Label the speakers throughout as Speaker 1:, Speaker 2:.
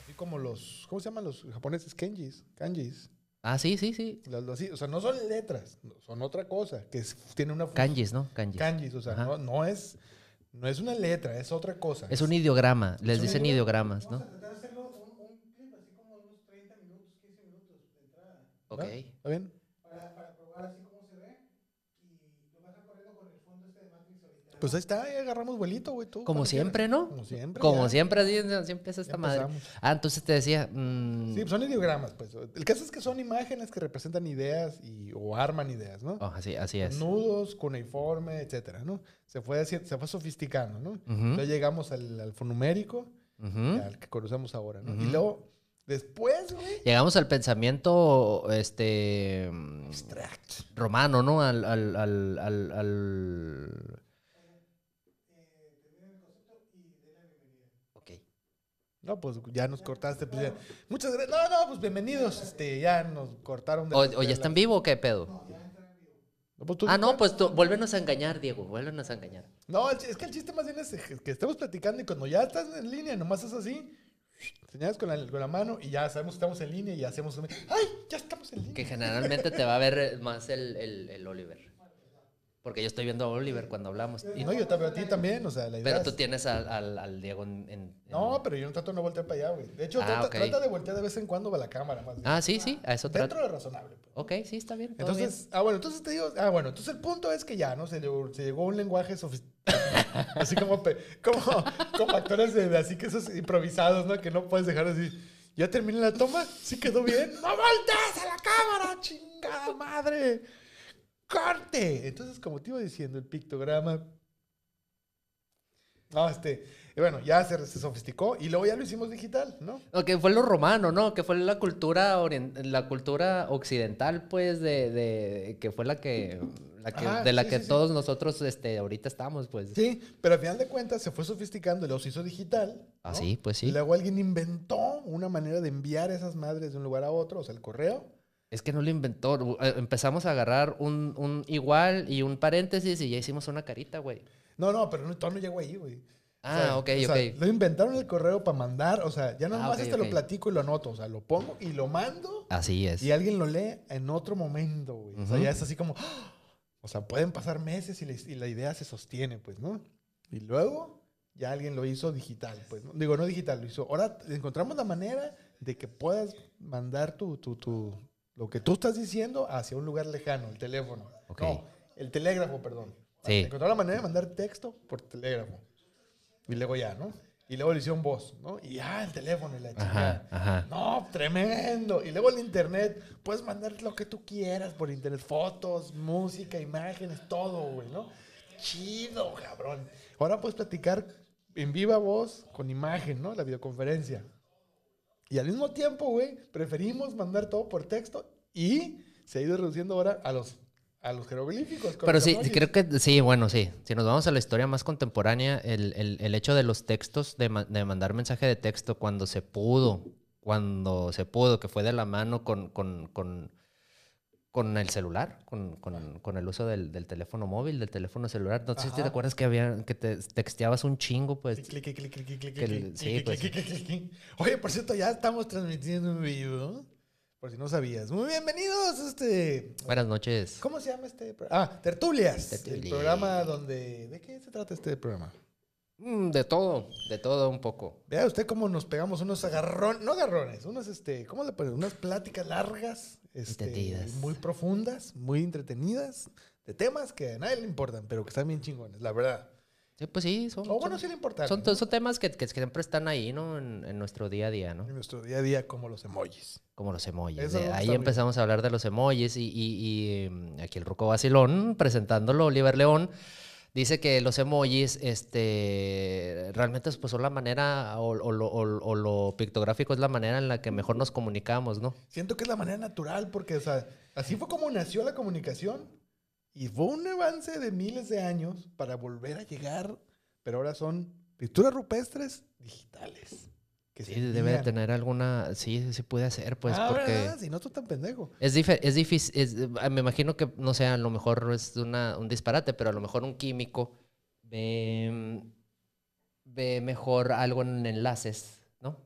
Speaker 1: Así como los, ¿cómo se llaman los japoneses? Kenjis, kanjis.
Speaker 2: Ah, sí, sí, sí.
Speaker 1: Las- las- sí, o sea, no son letras, no, son otra cosa, que es- tiene una... fun-
Speaker 2: Kanjis, ¿no? Kanjis.
Speaker 1: Kanjis, o sea,
Speaker 2: Ajá.
Speaker 1: no, no es, no es una letra, es otra cosa.
Speaker 2: Es un ideograma. Les
Speaker 1: un
Speaker 2: dicen ideogramas, ¿no?
Speaker 3: Tratar de hacerlo un, un clip así como de unos 30 minutos, 15 minutos de entrada,
Speaker 2: Ok.
Speaker 1: ¿verdad? ¿Está bien?
Speaker 3: para, para probar así como se ve y lo vas recorriendo con el fondo este de Matrix ahorita.
Speaker 1: Pues ahí está, ahí agarramos vuelito, güey, tú.
Speaker 2: Como
Speaker 1: cuando quieras.
Speaker 2: siempre, ¿no?
Speaker 1: Como siempre.
Speaker 2: Como
Speaker 1: ya.
Speaker 2: siempre, así, así empieza
Speaker 1: Ya
Speaker 2: esta madre.
Speaker 1: empezamos.
Speaker 2: Ah, entonces te decía. mm,
Speaker 1: Sí, pues son ideogramas, pues. El caso es que son imágenes que representan ideas y, o arman ideas, ¿no?
Speaker 2: oh, así, así es.
Speaker 1: Nudos, cuneiforme, etcétera, ¿no? Se fue, haci- se fue sofisticando, ¿no?
Speaker 2: Ujú,
Speaker 1: Entonces llegamos al alfonumérico,
Speaker 2: ujú.
Speaker 1: al que conocemos ahora, ¿no? Y
Speaker 2: Ujú.
Speaker 1: luego, después, güey,
Speaker 2: Llegamos al pensamiento este mm, romano, ¿no? Al, al, al, al, al- Ok.
Speaker 1: no, pues ya nos cortaste, pues ya. Muchas gracias. No, no, pues bienvenidos, este, ya nos cortaron. de
Speaker 2: ¿O,
Speaker 1: las
Speaker 2: o ya
Speaker 1: telas.
Speaker 2: están vivo o qué pedo?
Speaker 1: No, pues, tú-
Speaker 2: ah, no, pues tú, vuélvenos a engañar, Diego, vuélvenos a engañar.
Speaker 1: No, el ch- es que el chiste más bien es que que estemos platicando y cuando ya estás en línea, nomás es así, señalas con la, con la mano y ya sabemos que estamos en línea y ya hacemos un- ¡Ay! Ya estamos en línea.
Speaker 2: Que generalmente te va a ver eh, más el, el, el Oliver. Porque yo estoy viendo a Oliver cuando hablamos. y-
Speaker 1: Y no, yo te veo a ti también, o sea, la idea
Speaker 2: pero
Speaker 1: es-
Speaker 2: tú tienes al, al, al Diego en, en-
Speaker 1: No,
Speaker 2: en-
Speaker 1: pero yo no trato de no voltear para allá, güey. De hecho,
Speaker 2: Ah,
Speaker 1: trata,
Speaker 2: ok.
Speaker 1: trata de voltear de vez en cuando para la cámara más bien.
Speaker 2: Ah, sí, sí, a eso trato.
Speaker 1: Dentro de razonable. pues.
Speaker 2: Ok, sí, está bien. todo bien.
Speaker 1: Entonces, ah, bueno, entonces te digo, ah, bueno, entonces el punto es que ya, ¿no? Se, llegó- se llegó a un lenguaje sofisticado, así como, pe- como, como actores de, de así que esos improvisados, ¿no? Que no puedes dejar así, ya terminé la toma, sí quedó bien, no voltees a la cámara, chingada madre, corte. Entonces, como te iba diciendo, el pictograma, no, este, y bueno, ya se, se sofisticó y luego ya lo hicimos digital, ¿no?
Speaker 2: O que fue lo romano, ¿no? Que fue la cultura orien- la cultura occidental, pues, de, de- que fue la que, la que-
Speaker 1: Ajá,
Speaker 2: de la
Speaker 1: sí,
Speaker 2: que
Speaker 1: sí, sí.
Speaker 2: todos nosotros, este, ahorita estamos, pues.
Speaker 1: Sí, pero al final de cuentas se fue sofisticando y luego se hizo digital. ¿no?
Speaker 2: Ah, sí, pues
Speaker 1: Y
Speaker 2: sí.
Speaker 1: luego alguien inventó una manera de enviar esas madres de un lugar a otro, o sea, el correo.
Speaker 2: Es que no lo inventó. u- eh, Empezamos a agarrar un, un igual y un paréntesis y ya hicimos una carita, güey.
Speaker 1: No, no, pero no, todo no llegó ahí, güey. O
Speaker 2: Ah,
Speaker 1: sea,
Speaker 2: ok,
Speaker 1: o sea,
Speaker 2: ok.
Speaker 1: Lo inventaron el correo para mandar, o sea, ya nomás
Speaker 2: Ah, ok,
Speaker 1: este
Speaker 2: ok.
Speaker 1: lo platico y lo anoto, o sea, lo pongo y lo mando
Speaker 2: Así es.
Speaker 1: y alguien lo lee en otro momento, güey. O sea,
Speaker 2: Ujú.
Speaker 1: ya es así como, ¡ah! o sea, pueden pasar meses y, les- y la idea se sostiene, pues, ¿no? Y luego ya alguien lo hizo digital, pues, ¿no? digo, no digital, lo hizo. Ahora encontramos la manera de que puedas mandar tu, tu, tu, lo que tú estás diciendo hacia un lugar lejano, el teléfono.
Speaker 2: Ok.
Speaker 1: No, el telégrafo, perdón.
Speaker 2: Sí.
Speaker 1: Encontrar la manera de mandar texto por telégrafo. Y luego ya, ¿no? Y luego le hicieron voz, ¿no? Y ya, el teléfono y la
Speaker 2: Ajá,
Speaker 1: chingada.
Speaker 2: ajá.
Speaker 1: No, tremendo. Y luego el internet, puedes mandar lo que tú quieras por internet, fotos, música, imágenes, todo, güey, ¿no? Chido, cabrón. Ahora puedes platicar en viva voz con imagen, ¿no? La videoconferencia. Y al mismo tiempo, güey, preferimos mandar todo por texto y se ha ido reduciendo ahora a los a los jeroglíficos. con
Speaker 2: Pero
Speaker 1: los
Speaker 2: sí,
Speaker 1: emojis.
Speaker 2: creo que sí, bueno, sí. Si nos vamos a la historia más contemporánea, el, el- el hecho de los textos, de, ma- de mandar mensaje de texto cuando se pudo, cuando se pudo, que fue de la mano con, con, con, con el celular, con, con- con el uso del, del teléfono móvil, del teléfono celular. No sé si te
Speaker 1: Ajá.
Speaker 2: acuerdas que, había, que te texteabas un chingo, pues.
Speaker 1: Clic, clic, clic, clic, clic, clic,
Speaker 2: que el-
Speaker 1: clic,
Speaker 2: sí,
Speaker 1: clic,
Speaker 2: pues,
Speaker 1: clic, clic, clic, clic. Oye, por cierto, ya estamos transmitiendo en vivo. Por si no sabías. Muy bienvenidos, este.
Speaker 2: Buenas noches.
Speaker 1: ¿Cómo se llama este pro- Ah, Tertulias. El
Speaker 2: Tertulias.
Speaker 1: programa donde. ¿De qué se trata este programa?
Speaker 2: Mm, de todo, de todo un poco.
Speaker 1: Vea usted cómo nos pegamos unos agarrones, no agarrones, unos este, ¿cómo le ponen? Unas pláticas largas, este,
Speaker 2: Entendidas.
Speaker 1: muy profundas, muy entretenidas, de temas que a nadie le importan, pero que están bien chingones, la verdad.
Speaker 2: Sí, pues sí, son,
Speaker 1: O bueno,
Speaker 2: son-
Speaker 1: sí le importan.
Speaker 2: son-
Speaker 1: ¿no?
Speaker 2: son temas que, que siempre están ahí, ¿no? En, en nuestro día a día, ¿no?
Speaker 1: En nuestro día a día, como los emojis.
Speaker 2: Como los emojis.
Speaker 1: Eso
Speaker 2: de-
Speaker 1: me gusta
Speaker 2: ahí
Speaker 1: mucho.
Speaker 2: empezamos a hablar de los emojis y, y- y, mm, aquí el Ruco Basilón, presentándolo, Oliver León, dice que los emojis este, realmente pues, son la manera, o, o lo, o- o lo pictográfico es la manera en la que mejor nos comunicamos, ¿no?
Speaker 1: Siento que es la manera natural, porque, o sea, así fue como nació la comunicación y fue un avance de miles de años para volver a llegar, pero ahora son pinturas rupestres digitales. Que
Speaker 2: Sí,
Speaker 1: se
Speaker 2: debe de
Speaker 1: envían.
Speaker 2: tener alguna... Sí, sí puede ser, pues,
Speaker 1: Ah,
Speaker 2: porque...
Speaker 1: ¿verdad? Si no, tú tan pendejo.
Speaker 2: Es, dife- es difícil, es- eh, me imagino que, no sé, a lo mejor es una, un disparate, pero a lo mejor un químico ve, ve mejor algo en enlaces, ¿no?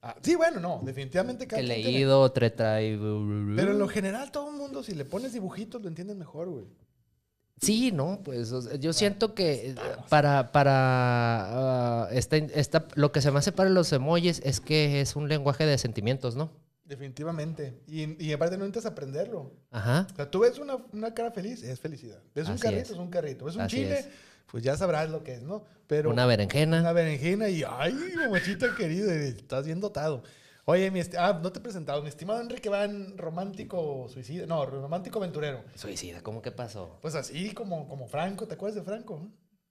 Speaker 1: Ah, sí, bueno, no, definitivamente cada
Speaker 2: Que
Speaker 1: quien tiene-
Speaker 2: leído, treta y...
Speaker 1: Pero en lo general todo el mundo, si le pones dibujitos, lo entiendes mejor, güey.
Speaker 2: Sí, no, pues o sea,
Speaker 1: Ah,
Speaker 2: yo siento que eh, para, para ah, esta, esta- lo que se me hace para los emojis es que es un lenguaje de sentimientos, ¿no?
Speaker 1: Definitivamente. Y, y aparte no intentas aprenderlo.
Speaker 2: Ajá.
Speaker 1: O sea, tú ves una, una cara feliz, es felicidad. Ves un
Speaker 2: Así
Speaker 1: carrito,
Speaker 2: es.
Speaker 1: es. un carrito. Ves un
Speaker 2: Así
Speaker 1: chile,
Speaker 2: es.
Speaker 1: pues ya sabrás lo que es, ¿no? Pero
Speaker 2: una berenjena.
Speaker 1: una berenjena y, ay, mamachita querida, estás bien dotado. Oye, mi esti- ah, no te he presentado, mi estimado Enrique Van, romántico suicida, no, romántico aventurero.
Speaker 2: Suicida, ¿cómo que pasó?
Speaker 1: Pues así como, como Franco, ¿te acuerdas de Franco?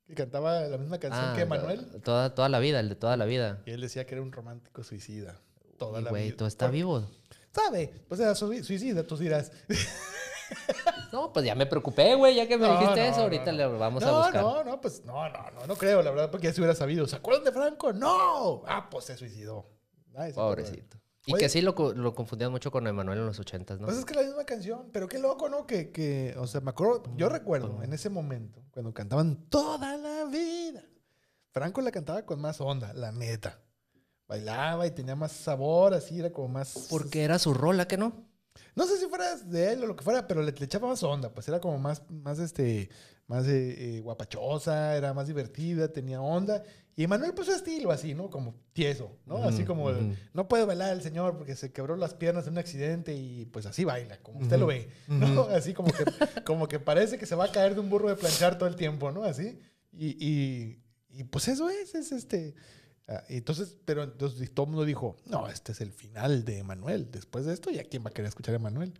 Speaker 1: Que cantaba la misma canción
Speaker 2: Ah,
Speaker 1: que Manuel.
Speaker 2: la- Toda, toda la vida, el de toda la vida.
Speaker 1: Y él decía que era un romántico suicida. Toda
Speaker 2: Y,
Speaker 1: la
Speaker 2: Güey,
Speaker 1: vida.
Speaker 2: todo está
Speaker 1: Bueno,
Speaker 2: vivo.
Speaker 1: Sabe, pues era sui- suicida, tú dirás.
Speaker 2: No, pues ya me preocupé, güey, ya que me
Speaker 1: No,
Speaker 2: dijiste
Speaker 1: no,
Speaker 2: eso,
Speaker 1: no,
Speaker 2: ahorita
Speaker 1: no.
Speaker 2: le vamos a
Speaker 1: no,
Speaker 2: buscar.
Speaker 1: No, no, pues no, no, no, no creo, la verdad, porque ya se hubiera sabido. ¿Se acuerdan de Franco? ¡No! Ah, pues se suicidó. Nadie se acuerda.
Speaker 2: Pobrecito. Y
Speaker 1: Oye.
Speaker 2: que sí lo, co- lo confundían mucho con Emanuel en los ochentas, ¿no?
Speaker 1: Pues es que es la misma canción, pero qué loco, ¿no? Que, que o sea, me acuerdo, yo recuerdo en ese momento, cuando cantaban toda la vida. Franco la cantaba con más onda, la neta. Bailaba y tenía más sabor, así era como más.
Speaker 2: Porque era su rola, ¿que no?
Speaker 1: No sé si fuera de él o lo que fuera, pero le, le echaba más onda, pues era como más, más este, más eh, eh, guapachosa, era más divertida, tenía onda. Y Manuel pues su estilo así, ¿no? Como tieso, ¿no? así
Speaker 2: Ujú,
Speaker 1: como, el,
Speaker 2: Mm, ujú.
Speaker 1: no puede bailar el señor porque se quebró las piernas en un accidente y pues así baila, como usted lo
Speaker 2: Ujú,
Speaker 1: ve, ¿no? Así como que, como que parece que se va a caer de un burro de planchar todo el tiempo, ¿no? Así. Y, y, y, pues eso es, es este... ah, y entonces, pero entonces todo el mundo dijo, no, este es el final de Manuel. Después de esto, ¿ya quién va a querer escuchar a Manuel?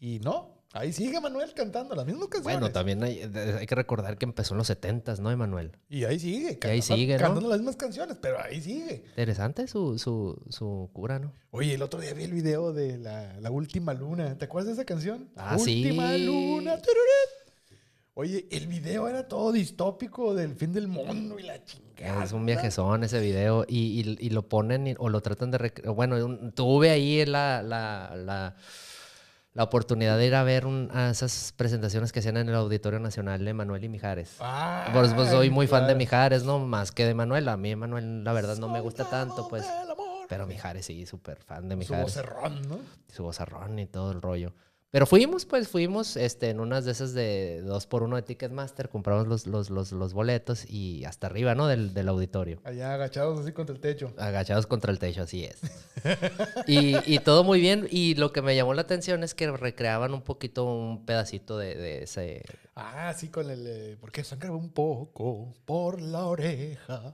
Speaker 1: Y no, ahí sigue Manuel cantando las mismas canciones.
Speaker 2: Bueno, también hay, de- hay que recordar que empezó en los setentas, ¿no, Emanuel?
Speaker 1: Y ahí sigue,
Speaker 2: ahí
Speaker 1: cantando,
Speaker 2: sigue, ¿no?
Speaker 1: cantando las mismas canciones, pero ahí sigue.
Speaker 2: Interesante su, su, su cura, ¿no?
Speaker 1: Oye, el otro día vi el video de la, La última luna. ¿Te acuerdas de esa canción?
Speaker 2: Ah,
Speaker 1: última
Speaker 2: sí.
Speaker 1: luna. tururut. Oye, el video era todo distópico del fin del mundo y la chingada.
Speaker 2: Es un viajezón ese video y, y- y lo ponen y- o lo tratan de... recre- Bueno, un- tuve ahí la, la, la, la oportunidad de ir a ver un- a esas presentaciones que hacían en el Auditorio Nacional de Manuel y Mijares.
Speaker 1: Ah,
Speaker 2: Por pues, soy muy fan de
Speaker 1: claro.
Speaker 2: Mijares, ¿no? Más que de Manuel. A mí Manuel, la verdad, no me gusta
Speaker 1: Soldado
Speaker 2: tanto, pues.
Speaker 1: del amor.
Speaker 2: Pero Mijares sí, súper fan de
Speaker 1: Su
Speaker 2: Mijares.
Speaker 1: vocerrón, ¿no?
Speaker 2: su vozarrón y todo el rollo. Pero fuimos, pues fuimos este, en unas de esas de dos por uno de Ticketmaster, compramos los, los, los, los boletos y hasta arriba, ¿no? Del, del auditorio.
Speaker 1: Allá agachados así contra el techo.
Speaker 2: Agachados contra el techo, así es. Y, y todo muy bien. Y lo que me llamó la atención es que recreaban un poquito un pedacito de, de ese.
Speaker 1: Ah, sí, con el. eh, porque sangraba un poco por la oreja.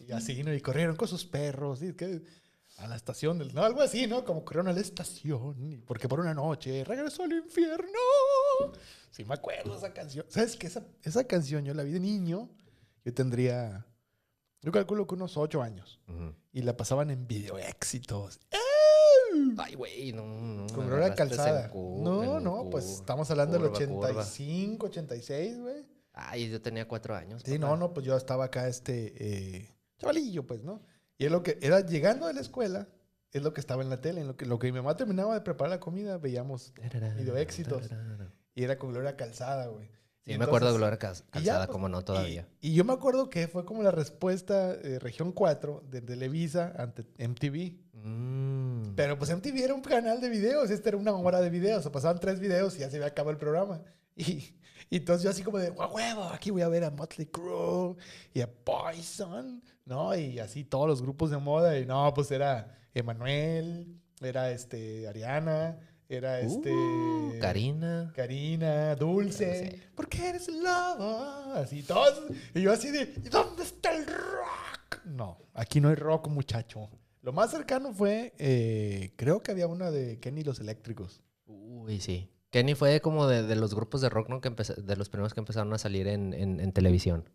Speaker 1: Y así, ¿no? Y corrieron con sus perros. Y que a la estación del. No, algo así, ¿no? Como corrieron a la estación. y Porque por una noche regresó al infierno. Sí, me acuerdo esa canción. ¿Sabes qué? Esa, esa canción yo la vi de niño. Yo tendría. Yo calculo que unos ocho años.
Speaker 2: Ujú.
Speaker 1: Y la pasaban en video éxitos.
Speaker 2: Ay, güey, no. no me
Speaker 1: Con Gloria
Speaker 2: agarraste en
Speaker 1: Calzada.
Speaker 2: cu-
Speaker 1: No,
Speaker 2: en
Speaker 1: no,
Speaker 2: cu-
Speaker 1: pues estamos hablando del
Speaker 2: curva, curva.
Speaker 1: 85, 86, güey.
Speaker 2: Ay, yo tenía cuatro años.
Speaker 1: Sí,
Speaker 2: papá.
Speaker 1: no, no, pues yo estaba acá, este, eh, chavalillo, pues, ¿no? Y es lo que, era llegando de la escuela, es lo que estaba en la tele, en lo que, lo que mi mamá terminaba de preparar la comida, veíamos,
Speaker 2: Tararán,
Speaker 1: Video éxitos.
Speaker 2: tararán.
Speaker 1: y era con Gloria Calzada, güey.
Speaker 2: Sí,
Speaker 1: Y
Speaker 2: me acuerdo de
Speaker 1: entonces-
Speaker 2: Gloria Cas-
Speaker 1: y ya,
Speaker 2: Calzada,
Speaker 1: pues,
Speaker 2: como no
Speaker 1: y-
Speaker 2: todavía.
Speaker 1: Y, yo me acuerdo que fue como la respuesta eh, Región 4 de Televisa ante MTV.
Speaker 2: Mm.
Speaker 1: Pero pues MTV era un canal de videos, esta era una hora de videos, o sea, pasaban tres videos y ya se había acabado el programa. Y, y entonces yo así como de, "A huevo, aquí voy a ver a Motley Crue y a Poison, ¿no? Y así todos los grupos de moda y no, pues era Emanuel, era este Ariana, era este
Speaker 2: Uh, Karina.
Speaker 1: Karina, Dulce,
Speaker 2: Dulce.
Speaker 1: porque eres lobo, así todos. Y yo así de, "¿Y dónde está el rock? No, aquí no hay rock, muchacho. Lo más cercano fue, eh, creo que había una de Kenny y los Eléctricos.
Speaker 2: Uy, sí. Kenny fue como de, de los grupos de rock, ¿no? Que empeza- de los primeros que empezaron a salir en, en- en televisión.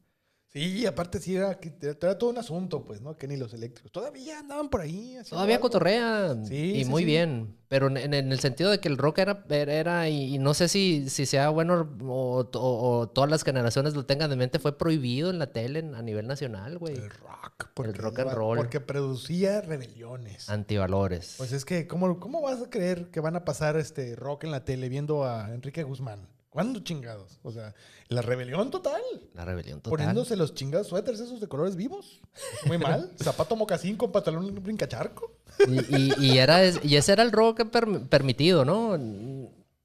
Speaker 1: Sí, aparte sí era, que- era todo un asunto, pues, ¿no? Kenny y los Eléctricos. Todavía andaban por ahí. haciendo
Speaker 2: Todavía
Speaker 1: algo.
Speaker 2: cotorrean.
Speaker 1: Sí,
Speaker 2: y
Speaker 1: sí,
Speaker 2: muy
Speaker 1: sí.
Speaker 2: bien. Pero en, en- en el sentido de que el rock era, era- era- y, y no sé si, si sea bueno o, o- o todas las generaciones lo tengan en mente, fue prohibido en la tele en- a nivel nacional, güey.
Speaker 1: El rock. porque
Speaker 2: rock and
Speaker 1: iba-
Speaker 2: roll.
Speaker 1: Porque producía rebeliones.
Speaker 2: Antivalores.
Speaker 1: Pues es que, ¿cómo, ¿cómo vas a creer que van a pasar este rock en la tele viendo a Enrique Guzmán? ¿Cuándo chingados? O sea, la rebelión total.
Speaker 2: La rebelión total.
Speaker 1: Poniéndose los chingados suéteres esos de colores vivos. Muy mal. Zapato mocasín con pantalón brincacharco.
Speaker 2: Y, y- y era, es- y ese era el rock per- permitido, ¿no?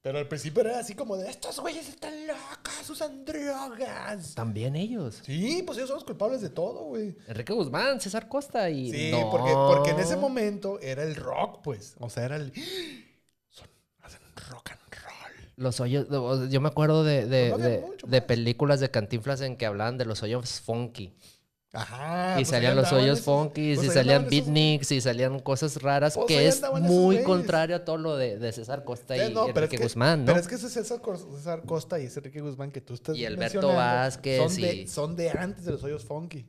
Speaker 1: Pero al principio era así como de, estos güeyes están locos, usan drogas.
Speaker 2: También ellos.
Speaker 1: Sí, pues ellos son los culpables de todo, güey.
Speaker 2: Enrique Guzmán, César Costa y.
Speaker 1: Sí,
Speaker 2: No.
Speaker 1: porque, porque en ese momento era el rock, pues. O sea, era el... Son, hacen rock and roll.
Speaker 2: Los hoyos. o- Yo me acuerdo de, de-
Speaker 1: Pues no había
Speaker 2: de-
Speaker 1: mucho
Speaker 2: de
Speaker 1: más.
Speaker 2: películas de cantinflas en que hablaban de los hoyos funky.
Speaker 1: Ajá.
Speaker 2: y
Speaker 1: pues ahí
Speaker 2: salían los
Speaker 1: andaban
Speaker 2: hoyos
Speaker 1: esos-
Speaker 2: funky,
Speaker 1: pues
Speaker 2: y
Speaker 1: ahí
Speaker 2: salían
Speaker 1: andaban esos
Speaker 2: beatniks, y salían cosas raras,
Speaker 1: Pues ahí
Speaker 2: que es
Speaker 1: andaban esos
Speaker 2: muy
Speaker 1: güeyes.
Speaker 2: contrario a todo lo de, de César Costa
Speaker 1: Eh,
Speaker 2: y
Speaker 1: no, pero
Speaker 2: Enrique
Speaker 1: es que-
Speaker 2: Guzmán, ¿no?
Speaker 1: Pero es que ese César, Cor- César Costa y ese Enrique Guzmán que tú estás
Speaker 2: Y Alberto
Speaker 1: mencionando
Speaker 2: Vázquez
Speaker 1: son de,
Speaker 2: y-
Speaker 1: son de antes de los hoyos funky.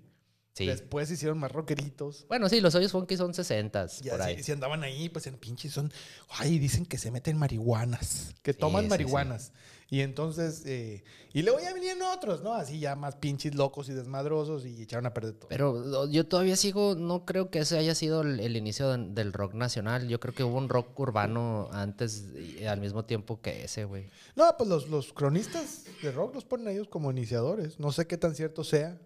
Speaker 2: Sí.
Speaker 1: Después se hicieron más rockeritos.
Speaker 2: Bueno, sí, los hoyos funky son 60
Speaker 1: Y
Speaker 2: por
Speaker 1: así,
Speaker 2: ahí.
Speaker 1: si andaban ahí, pues en pinches son... Ay, dicen que se meten marihuanas. Que toman
Speaker 2: sí, sí.
Speaker 1: marihuanas. Y entonces... eh, y luego ya venían otros, ¿no? Así ya más pinches locos y desmadrosos y echaron a perder todo.
Speaker 2: Pero o- yo todavía sigo, no creo que ese haya sido el, el inicio de- del rock nacional. Yo creo que hubo un rock urbano antes, y al mismo tiempo que ese, güey.
Speaker 1: No, pues los, los cronistas de rock los ponen a ellos como iniciadores. No sé qué tan cierto sea.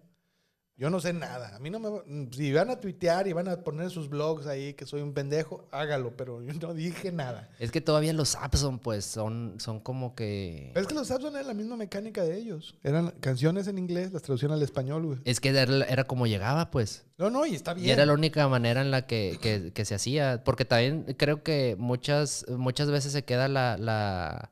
Speaker 1: Yo no sé nada. A mí no me... va- mm, Si van a tuitear y van a poner en sus blogs ahí que soy un pendejo, hágalo. Pero yo no dije nada.
Speaker 2: Es que todavía los Sapson, pues, son, son como que...
Speaker 1: Es que los Sapson eran la misma mecánica de ellos. Eran canciones en inglés, las traducían al español, güey.
Speaker 2: Es que era, era como llegaba, pues.
Speaker 1: No, no, y está bien.
Speaker 2: Y era la única manera en la que, que- que se hacía. Porque también creo que muchas, muchas veces se queda la... la-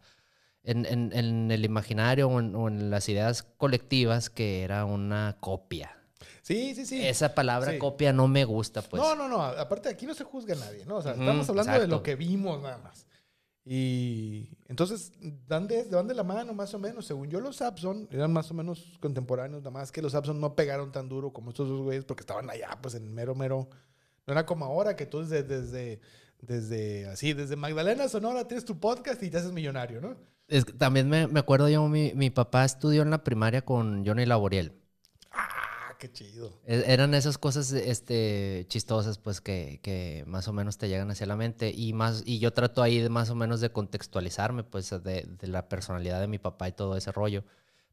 Speaker 2: en, en- en el imaginario o en, o en las ideas colectivas que era una copia.
Speaker 1: Sí, sí, sí.
Speaker 2: Esa palabra
Speaker 1: Sí.
Speaker 2: copia no me gusta, pues.
Speaker 1: No, no, no. a- Aparte, aquí no se juzga a nadie, ¿no? O sea,
Speaker 2: Ujú,
Speaker 1: estamos hablando de lo
Speaker 2: exacto.
Speaker 1: que vimos nada más. Y entonces, van de, van de la mano más o menos. Según yo, los Sapson eran más o menos contemporáneos, nada más que los Sapson no pegaron tan duro como estos dos güeyes porque estaban allá, pues en mero, mero. No era como ahora que tú desde, desde, desde así, desde Magdalena, Sonora, tienes tu podcast y te haces millonario, ¿no?
Speaker 2: Es que también me, me acuerdo yo, mi, mi papá estudió en la primaria con Johnny Laboriel.
Speaker 1: Ah, qué chido.
Speaker 2: E- Eran esas cosas este, chistosas, pues, que, que más o menos te llegan hacia la mente. Y, más, y yo trato ahí de más o menos de contextualizarme, pues, de, de la personalidad de mi papá y todo ese rollo.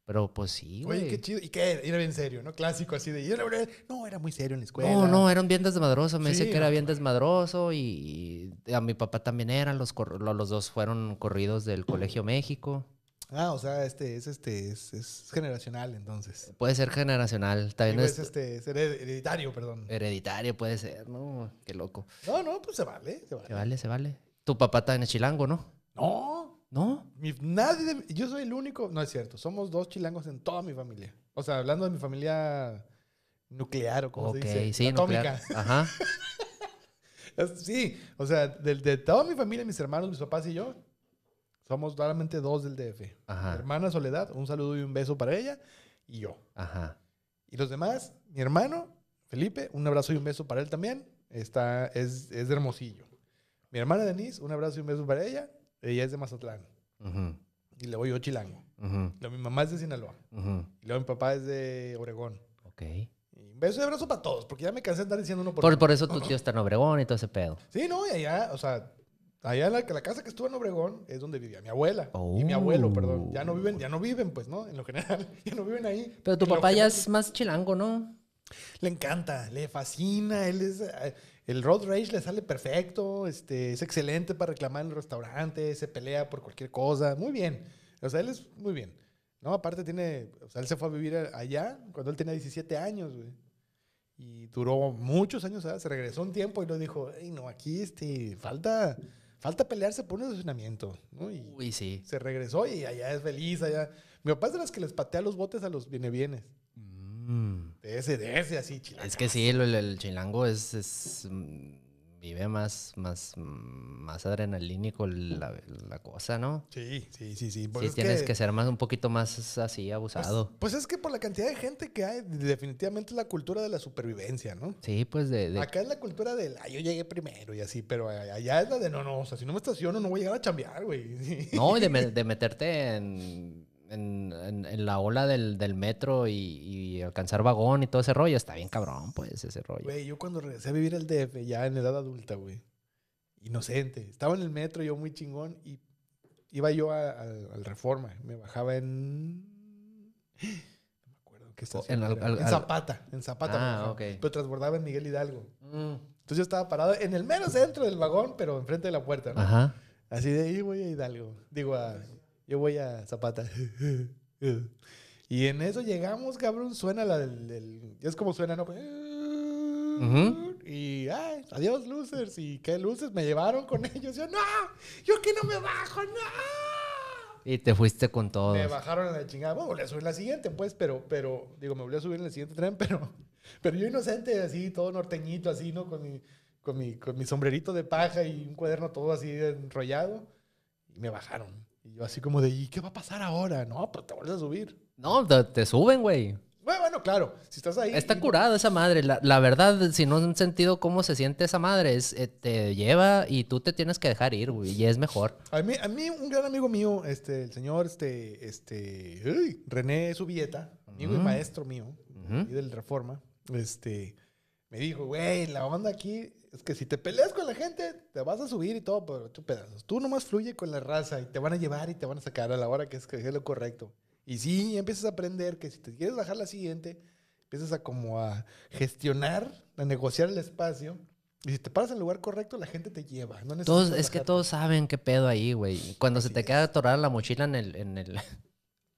Speaker 2: Pero, pues, sí,
Speaker 1: Oye,
Speaker 2: güey.
Speaker 1: qué chido. ¿Y qué? Era bien serio, ¿no? Clásico así de... "Yo la verdad, No, era muy serio en la escuela.
Speaker 2: No, no, eran bien desmadrosos. Me
Speaker 1: Sí,
Speaker 2: dice que era
Speaker 1: no,
Speaker 2: bien desmadroso y, y a mi papá también eran. Los, cor- lo- los dos fueron corridos del Colegio México.
Speaker 1: Ah, o sea, este es este es, es generacional entonces.
Speaker 2: Puede ser generacional, también
Speaker 1: Digo,
Speaker 2: es
Speaker 1: es este es hered- hereditario, perdón.
Speaker 2: Eh. hereditario, puede ser, ¿no? Qué loco.
Speaker 1: No, no, pues se vale, se vale.
Speaker 2: Se vale, se vale. Tu papá también es chilango, ¿no?
Speaker 1: No,
Speaker 2: ¿No?
Speaker 1: mi- nadie de- yo soy el único, no es cierto, somos dos chilangos en toda mi familia. O sea, hablando de mi familia nuclear o como
Speaker 2: Ok,
Speaker 1: se dice,
Speaker 2: sí, nuclear.
Speaker 1: atómica.
Speaker 2: Ajá.
Speaker 1: Es- Sí, o sea, de, de toda mi familia, mis hermanos, mis papás y yo, somos solamente dos del DF. Mi
Speaker 2: Ajá.
Speaker 1: hermana Soledad, un saludo y un beso para ella y yo.
Speaker 2: Ajá.
Speaker 1: Y los demás, mi hermano, Felipe, un abrazo y un beso para él también. Está, es, es de Hermosillo. Mi hermana Denise, un abrazo y un beso para ella. Ella es de Mazatlán.
Speaker 2: Ujú,
Speaker 1: Y luego yo, Chilango.
Speaker 2: ujú,
Speaker 1: Luego mi mamá es de Sinaloa.
Speaker 2: ujú.
Speaker 1: Y luego mi papá es de Oregón.
Speaker 2: Ok.
Speaker 1: Y un beso y abrazo para todos, porque ya me cansé de andar diciendo uno por,
Speaker 2: Por,
Speaker 1: uno.
Speaker 2: por eso tu tío está en Obregón y todo ese pedo.
Speaker 1: Sí, no, y allá, o sea, allá en la, la casa que estuvo en Obregón es donde vivía mi abuela. Y mi abuelo, perdón. Ya no viven, ya no viven, pues, ¿no? En lo general, ya no viven ahí.
Speaker 2: Pero tu
Speaker 1: En lo
Speaker 2: papá ya
Speaker 1: general.
Speaker 2: es más chilango, ¿no?
Speaker 1: Le encanta, le fascina, él es eh, el road rage le sale perfecto, este es excelente para reclamar en el restaurante, se pelea por cualquier cosa, muy bien. O sea, él es muy bien. No, aparte tiene, o sea, él se fue a vivir a- allá cuando él tenía 17 años, güey. Y duró muchos años, allá, se regresó un tiempo y lo dijo, "Ey, no, aquí este falta falta pelearse por un estacionamiento", ¿no? Y
Speaker 2: Uy, sí.
Speaker 1: se regresó y allá es feliz, allá. Mi papá es de los que les patea los botes a los bienevienes.
Speaker 2: Mm.
Speaker 1: De ese, de ese así, chilango.
Speaker 2: Es que sí, el, el- el chilango es, es, mm, vive más, más, mm, más adrenalínico la, la cosa, ¿no?
Speaker 1: Sí, sí, sí, sí. Pues
Speaker 2: Sí,
Speaker 1: es
Speaker 2: tienes que, ser más un poquito más así
Speaker 1: pues-
Speaker 2: abusado.
Speaker 1: Pues, es que por la cantidad de gente que hay, definitivamente es la cultura de la supervivencia, ¿no?
Speaker 2: Sí, pues de, de-
Speaker 1: Acá es la cultura del, ah, yo llegué primero y así, pero allá es la de, no, no, o sea, si no me estaciono no voy a llegar a chambear, güey. Sí.
Speaker 2: no, y de, me- de meterte en, en- en- en la ola del, del metro y, y alcanzar vagón y todo ese rollo. Está bien cabrón, pues, ese rollo.
Speaker 1: Güey, yo cuando regresé a vivir al DF, ya en edad adulta, güey, inocente, estaba en el metro yo muy chingón y iba yo a- al, al Reforma, me bajaba en... No me acuerdo qué estación
Speaker 2: en al-
Speaker 1: era.
Speaker 2: al-
Speaker 1: En
Speaker 2: al-
Speaker 1: Zapata, en Zapata. me
Speaker 2: Ah,
Speaker 1: bajaba,
Speaker 2: ok.
Speaker 1: Pero transbordaba en Miguel Hidalgo.
Speaker 2: Mm,
Speaker 1: Entonces yo estaba parado en el mero centro del vagón, pero enfrente de la puerta. ¿no?
Speaker 2: Ajá.
Speaker 1: Así de ahí voy a Hidalgo. Digo, a- yo voy a Zapata. y en eso llegamos, cabrón. Suena la del. del- es como suena, ¿no?
Speaker 2: Ujú.
Speaker 1: Y ay, adiós, losers. ¿Y qué losers? Me llevaron con ellos. Yo, no, yo que no me bajo, no.
Speaker 2: Y te fuiste con todos.
Speaker 1: Me bajaron a la chingada. Bueno, volví a subir la siguiente, pues, pero, pero, digo, me volví a subir en el siguiente tren, pero, pero yo inocente, así, todo norteñito, así, ¿no? Con mi, con mi, con mi sombrerito de paja y un cuaderno todo así enrollado. Y me bajaron. Y yo así como de, ¿y qué va a pasar ahora? No, pues te vuelves a subir.
Speaker 2: No, te, te suben, güey.
Speaker 1: Bueno, bueno, claro, si estás ahí.
Speaker 2: Está
Speaker 1: y-
Speaker 2: curado esa madre. La, la verdad, si no han sentido cómo se siente esa madre, es, eh, te lleva y tú te tienes que dejar ir, güey. Y es mejor.
Speaker 1: A mí, a mí, un gran amigo mío, este, el señor, este, este, ¡ay! René Subieta, amigo y
Speaker 2: Ujú.
Speaker 1: maestro mío,
Speaker 2: Mm. Ujú.
Speaker 1: y del Reforma, este, me dijo, güey, la onda aquí es que si te peleas con la gente, te vas a subir y todo, pero tú pedazos. Tú nomás fluye con la raza y te van a llevar y te van a sacar a la hora que es, que es lo correcto. Y sí, empiezas a aprender que si te quieres bajar la siguiente, empiezas a como a gestionar, a negociar el espacio. Y si te paras al lugar correcto, la gente te lleva. No
Speaker 2: Todos,
Speaker 1: necesitas
Speaker 2: es que
Speaker 1: bajarte.
Speaker 2: todos saben qué pedo ahí, güey. Cuando se
Speaker 1: Así
Speaker 2: te
Speaker 1: es.
Speaker 2: queda atorada la mochila en el, en el-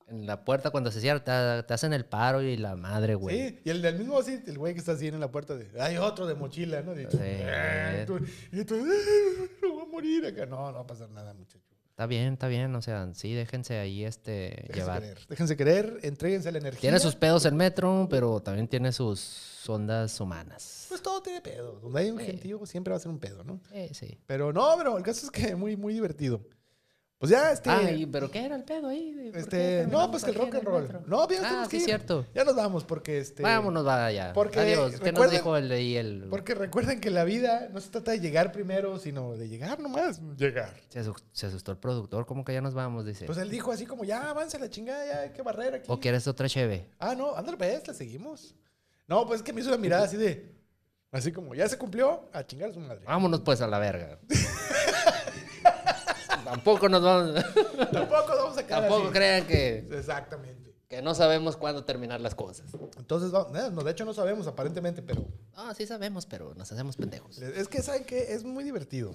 Speaker 2: en la puerta, cuando se cierra, te, te hacen el paro y la madre, güey.
Speaker 1: Sí, y el del mismo así, el güey que está así en la puerta de, hay otro de mochila, ¿no? Y tú,
Speaker 2: Sí.
Speaker 1: "Ah", tú- y tú, "Ah, no voy a morir acá. No, no va a pasar nada, muchacho.
Speaker 2: Está bien, está bien. O sea, sí, déjense ahí este
Speaker 1: Déjense
Speaker 2: llevar.
Speaker 1: querer, déjense querer, entréguense la energía.
Speaker 2: Tiene sus pedos el metro, pero también tiene sus ondas humanas.
Speaker 1: Pues todo tiene pedo. Donde hay un
Speaker 2: Sí.
Speaker 1: gentío siempre va a ser un pedo, ¿no?
Speaker 2: Eh, sí.
Speaker 1: Pero no, pero el caso es que muy, muy divertido. Pues ya, este...
Speaker 2: Ah, ¿y- pero ¿qué era el pedo ahí? ¿Por qué
Speaker 1: este no,
Speaker 2: terminamos
Speaker 1: pues que el
Speaker 2: aquí
Speaker 1: rock
Speaker 2: en
Speaker 1: and roll.
Speaker 2: metro?
Speaker 1: No, bien,
Speaker 2: Ah,
Speaker 1: tenemos que
Speaker 2: sí, es
Speaker 1: ir.
Speaker 2: cierto.
Speaker 1: Ya nos vamos porque este...
Speaker 2: Vámonos, vaya.
Speaker 1: Porque
Speaker 2: Adiós. ¿Qué nos
Speaker 1: recuerden-
Speaker 2: dijo el ahí? El...
Speaker 1: Porque recuerden que la vida no se trata de llegar primero, sino de llegar nomás. Llegar.
Speaker 2: Se, asu- se asustó el productor, como que ya nos vamos, dice.
Speaker 1: Pues él dijo así como, ya, avance la chingada, ya hay que barrer aquí.
Speaker 2: ¿O quieres otra cheve?
Speaker 1: Ah, no, ándale, pues, le seguimos. No, pues es que me hizo la mirada así de, así como, ya se cumplió, a chingar a su madre.
Speaker 2: Vámonos pues a la verga. Tampoco nos vamos.
Speaker 1: Tampoco nos vamos a quedar
Speaker 2: Tampoco
Speaker 1: así.
Speaker 2: crean que,
Speaker 1: Exactamente.
Speaker 2: que no sabemos cuándo terminar las cosas.
Speaker 1: Entonces, vamos, eh, no, de hecho no sabemos aparentemente, pero
Speaker 2: No, sí sabemos, pero nos hacemos pendejos.
Speaker 1: es que, ¿saben qué? Es muy divertido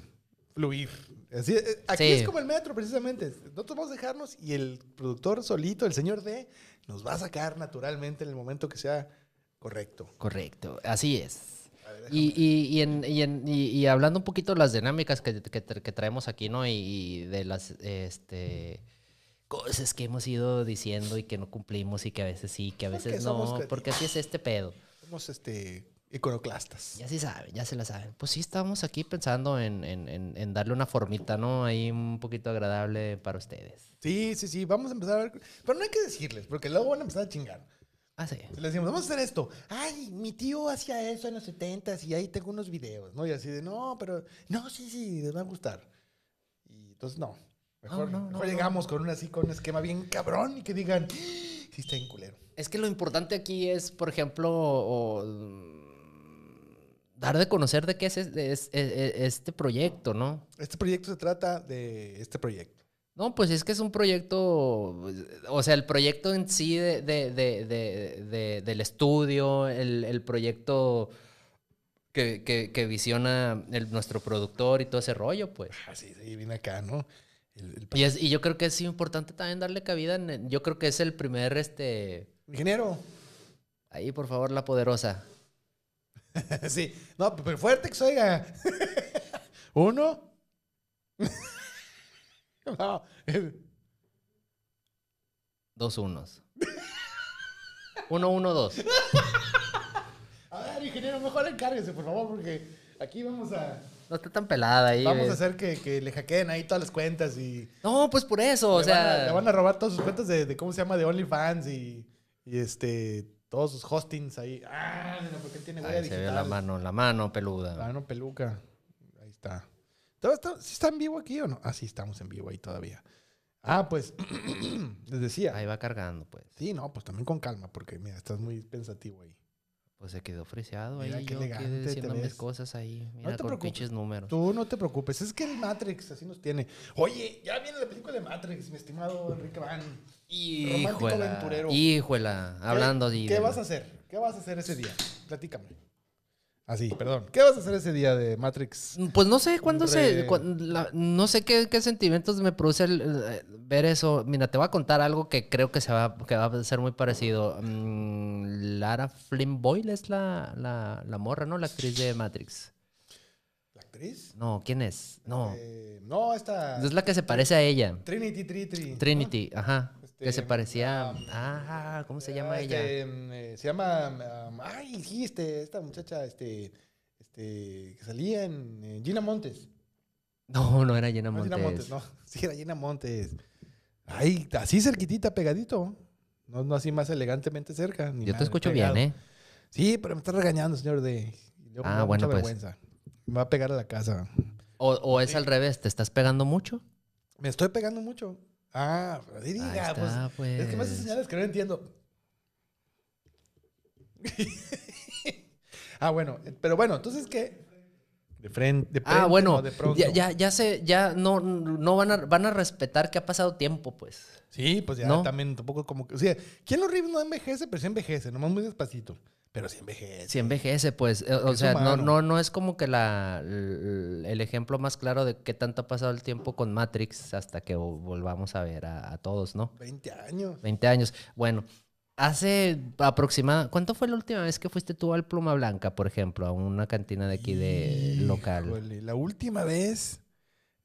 Speaker 1: fluir. Así, eh, aquí
Speaker 2: Sí.
Speaker 1: es como el metro, precisamente. Nosotros vamos a dejarnos y el productor solito, el señor D, nos va a sacar naturalmente en el momento que sea correcto.
Speaker 2: Correcto, así es.
Speaker 1: A ver, déjame-
Speaker 2: Y, y, y, en- y en- y- y hablando un poquito de las dinámicas que, que tra- que traemos aquí, ¿no? Y, y de las este, cosas que hemos ido diciendo y que no cumplimos y que a veces sí, que a
Speaker 1: Porque
Speaker 2: veces
Speaker 1: somos
Speaker 2: no,
Speaker 1: creativos.
Speaker 2: porque así es este pedo.
Speaker 1: Somos este, iconoclastas.
Speaker 2: Ya se saben, ya se la saben. Pues sí, estábamos aquí pensando en, en- en- en darle una formita, ¿no? Ahí un poquito agradable para ustedes.
Speaker 1: Sí, sí, sí, vamos a empezar a ver. Pero no hay que decirles, porque luego van a empezar a chingar.
Speaker 2: Ah, sí.
Speaker 1: Si Les decimos, vamos a hacer esto. Ay, mi tío hacía eso en los 70 y ahí tengo unos videos, ¿no? Y así de, no, pero, no, sí, sí, les va a gustar. Y entonces, no. Mejor,
Speaker 2: No, no,
Speaker 1: mejor
Speaker 2: no,
Speaker 1: llegamos con un así, con un esquema bien cabrón y que digan, sí, está bien culero.
Speaker 2: Es que lo importante aquí es, por ejemplo, o- mm, dar de conocer de qué es, es- es- es- este proyecto, ¿no?
Speaker 1: Este proyecto se trata de este proyecto.
Speaker 2: No, pues es que es un proyecto, pues, o sea, el proyecto en sí de, de- de- de- de- del estudio, el, el proyecto que, que- que visiona el- nuestro productor y todo ese rollo, pues.
Speaker 1: Así, sí, viene acá, ¿no? El, el-
Speaker 2: Y, es- y yo creo que es importante también darle cabida. en el- yo creo que es el primer, este.
Speaker 1: ingeniero.
Speaker 2: Ahí, por favor, la poderosa.
Speaker 1: sí, no, pero fuerte que se oiga. Uno. no, el-
Speaker 2: Dos unos. Uno, uno, dos.
Speaker 1: A ver, ingeniero, mejor encárguese, por favor, porque aquí vamos a,
Speaker 2: No está tan pelada ahí.
Speaker 1: vamos
Speaker 2: ¿ves?
Speaker 1: a hacer que, que le hackeen ahí todas las cuentas y
Speaker 2: No, pues por eso, o
Speaker 1: le, van a,
Speaker 2: sea.
Speaker 1: le van a robar todas sus cuentas de, de cómo se llama, de OnlyFans y, y este, todos sus hostings ahí. Ah, mira, porque él tiene huella
Speaker 2: Ahí se ve la
Speaker 1: digital.
Speaker 2: mano, la mano peluda.
Speaker 1: Ah, no, peluca. Ahí está. ¿Todo está- ¿Sí está en vivo aquí o no? Ah, sí, estamos en vivo ahí todavía. Ah, pues, les decía.
Speaker 2: Ahí va cargando, pues.
Speaker 1: Sí, no, pues también con calma, porque mira, estás muy pensativo ahí.
Speaker 2: Pues se quedó friseado
Speaker 1: Mira
Speaker 2: ahí.
Speaker 1: qué
Speaker 2: Yo quedé
Speaker 1: elegante te
Speaker 2: diciendo mis
Speaker 1: ves.
Speaker 2: cosas ahí. Mira,
Speaker 1: te
Speaker 2: con
Speaker 1: preocupes,
Speaker 2: pinches números.
Speaker 1: Tú no te preocupes, es que el Matrix así nos tiene. Oye, ya viene la película de Matrix, mi estimado Enrique Van. Romántico
Speaker 2: Híjola.
Speaker 1: aventurero.
Speaker 2: Híjola. Hablando
Speaker 1: ¿Qué,
Speaker 2: de.
Speaker 1: ¿Qué
Speaker 2: de-
Speaker 1: vas a hacer? ¿Qué vas a hacer ese día? Platícame. Así, perdón. ¿Qué vas a hacer ese día de Matrix?
Speaker 2: Pues no sé cuándo se.
Speaker 1: Re-
Speaker 2: cuán- la- no sé qué, qué sentimientos me produce el, eh, ver eso. Mira, te voy a contar algo que creo que, se va, que va a ser muy parecido. Mm, Lara Flynn Boyle es la, la, la morra, ¿no? La actriz de Matrix.
Speaker 1: ¿La actriz?
Speaker 2: No, ¿quién es? No.
Speaker 1: Eh, no, esta.
Speaker 2: Es la que se parece a ella.
Speaker 1: Trinity, Trinity.
Speaker 2: Trinity, ajá.
Speaker 1: Este,
Speaker 2: que se parecía.
Speaker 1: um,
Speaker 2: ah, ¿cómo se
Speaker 1: Ah,
Speaker 2: llama ella?
Speaker 1: este, mm, eh, se llama. mm, um, ay, sí, este, esta muchacha, este. Este. Que salía en. eh, Gina Montes.
Speaker 2: No, no era Jenna
Speaker 1: No,
Speaker 2: Montes.
Speaker 1: Gina Montes, no. Sí, era Gina Montes. Ay, así cerquitita, pegadito. No, no así más elegantemente cerca. ni
Speaker 2: Yo
Speaker 1: nada,
Speaker 2: te escucho
Speaker 1: pegado.
Speaker 2: bien, ¿eh?
Speaker 1: Sí, pero me está regañando, señor de. y luego
Speaker 2: Ah,
Speaker 1: me da
Speaker 2: bueno,
Speaker 1: mucha
Speaker 2: pues.
Speaker 1: vergüenza. Me va a pegar a la casa.
Speaker 2: O, o es al revés, ¿te estás pegando mucho?
Speaker 1: Me estoy pegando mucho. Ah, pero di-
Speaker 2: Ahí
Speaker 1: diga, pues,
Speaker 2: está, pues.
Speaker 1: Es que me hace señales que no entiendo. ah, bueno, eh, pero bueno, entonces qué. De frente, de
Speaker 2: Ah, bueno,
Speaker 1: de pronto.
Speaker 2: ya, ya, ya sé, ya no, no van a, van a respetar que ha pasado tiempo, pues.
Speaker 1: Sí, pues ya
Speaker 2: ¿No?
Speaker 1: también tampoco como que. O sea, ¿quién lo ríe no envejece? Pero sí envejece, nomás muy despacito. Pero sí envejece.
Speaker 2: Si envejece, pues, eh, o
Speaker 1: Es
Speaker 2: sea, no,
Speaker 1: humano.
Speaker 2: no, no es como que la, l- el ejemplo más claro de qué tanto ha pasado el tiempo con Matrix hasta que vol- volvamos a ver a, a todos, ¿no?
Speaker 1: 20 años.
Speaker 2: 20 años. Bueno, hace aproximadamente, ¿cuánto fue la última vez que fuiste tú al Pluma Blanca, por ejemplo, a una cantina de aquí de local?
Speaker 1: Híjole, la última vez.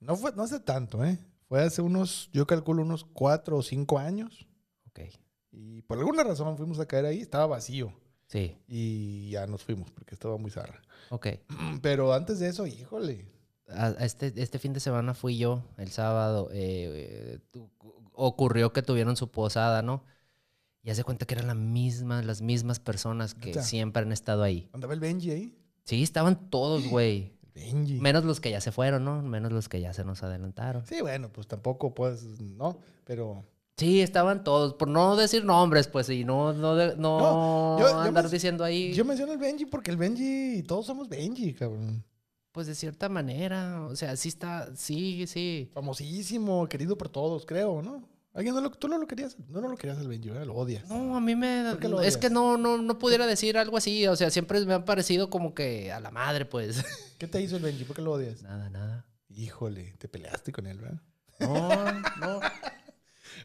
Speaker 1: No fue, no hace tanto, ¿eh? Fue hace unos, yo calculo unos cuatro o cinco años.
Speaker 2: Ok,
Speaker 1: Y por alguna razón fuimos a caer ahí, estaba vacío.
Speaker 2: sí,
Speaker 1: Y ya nos fuimos, porque estaba muy zarra.
Speaker 2: ok.
Speaker 1: Pero antes de eso, híjole.
Speaker 2: a- a este, este fin de semana fui yo, el sábado. eh, eh, tu- ocurrió que tuvieron su posada, ¿no? Y hace cuenta que eran la misma, las mismas personas que
Speaker 1: Neta.
Speaker 2: siempre han estado ahí.
Speaker 1: Andaba el Benji ahí.
Speaker 2: Sí, estaban todos, güey.
Speaker 1: El Benji.
Speaker 2: Menos los que ya se fueron, ¿no? Menos los que ya se nos adelantaron.
Speaker 1: Sí, bueno, pues tampoco, pues, no. Pero
Speaker 2: Sí, estaban todos. Por no decir nombres, pues, y no, no, de- no,
Speaker 1: No, yo- yo
Speaker 2: andar
Speaker 1: me-
Speaker 2: diciendo ahí.
Speaker 1: yo menciono el Benji porque el Benji, todos somos Benji, cabrón.
Speaker 2: Pues de cierta manera. O sea, sí está. Sí, sí.
Speaker 1: Famosísimo, querido por todos, creo, ¿no? Alguien no lo, tú no lo querías, no, no lo querías el Benji, ¿verdad? Lo odias.
Speaker 2: No, a mí me... da-
Speaker 1: ¿Por qué lo
Speaker 2: es
Speaker 1: odias?
Speaker 2: que no, no, no pudiera decir algo así. O sea, siempre me han parecido como que a la madre, pues.
Speaker 1: ¿Qué te hizo el Benji? ¿Por qué lo odias?
Speaker 2: Nada, nada.
Speaker 1: Híjole, te peleaste con él, ¿verdad?
Speaker 2: No, no.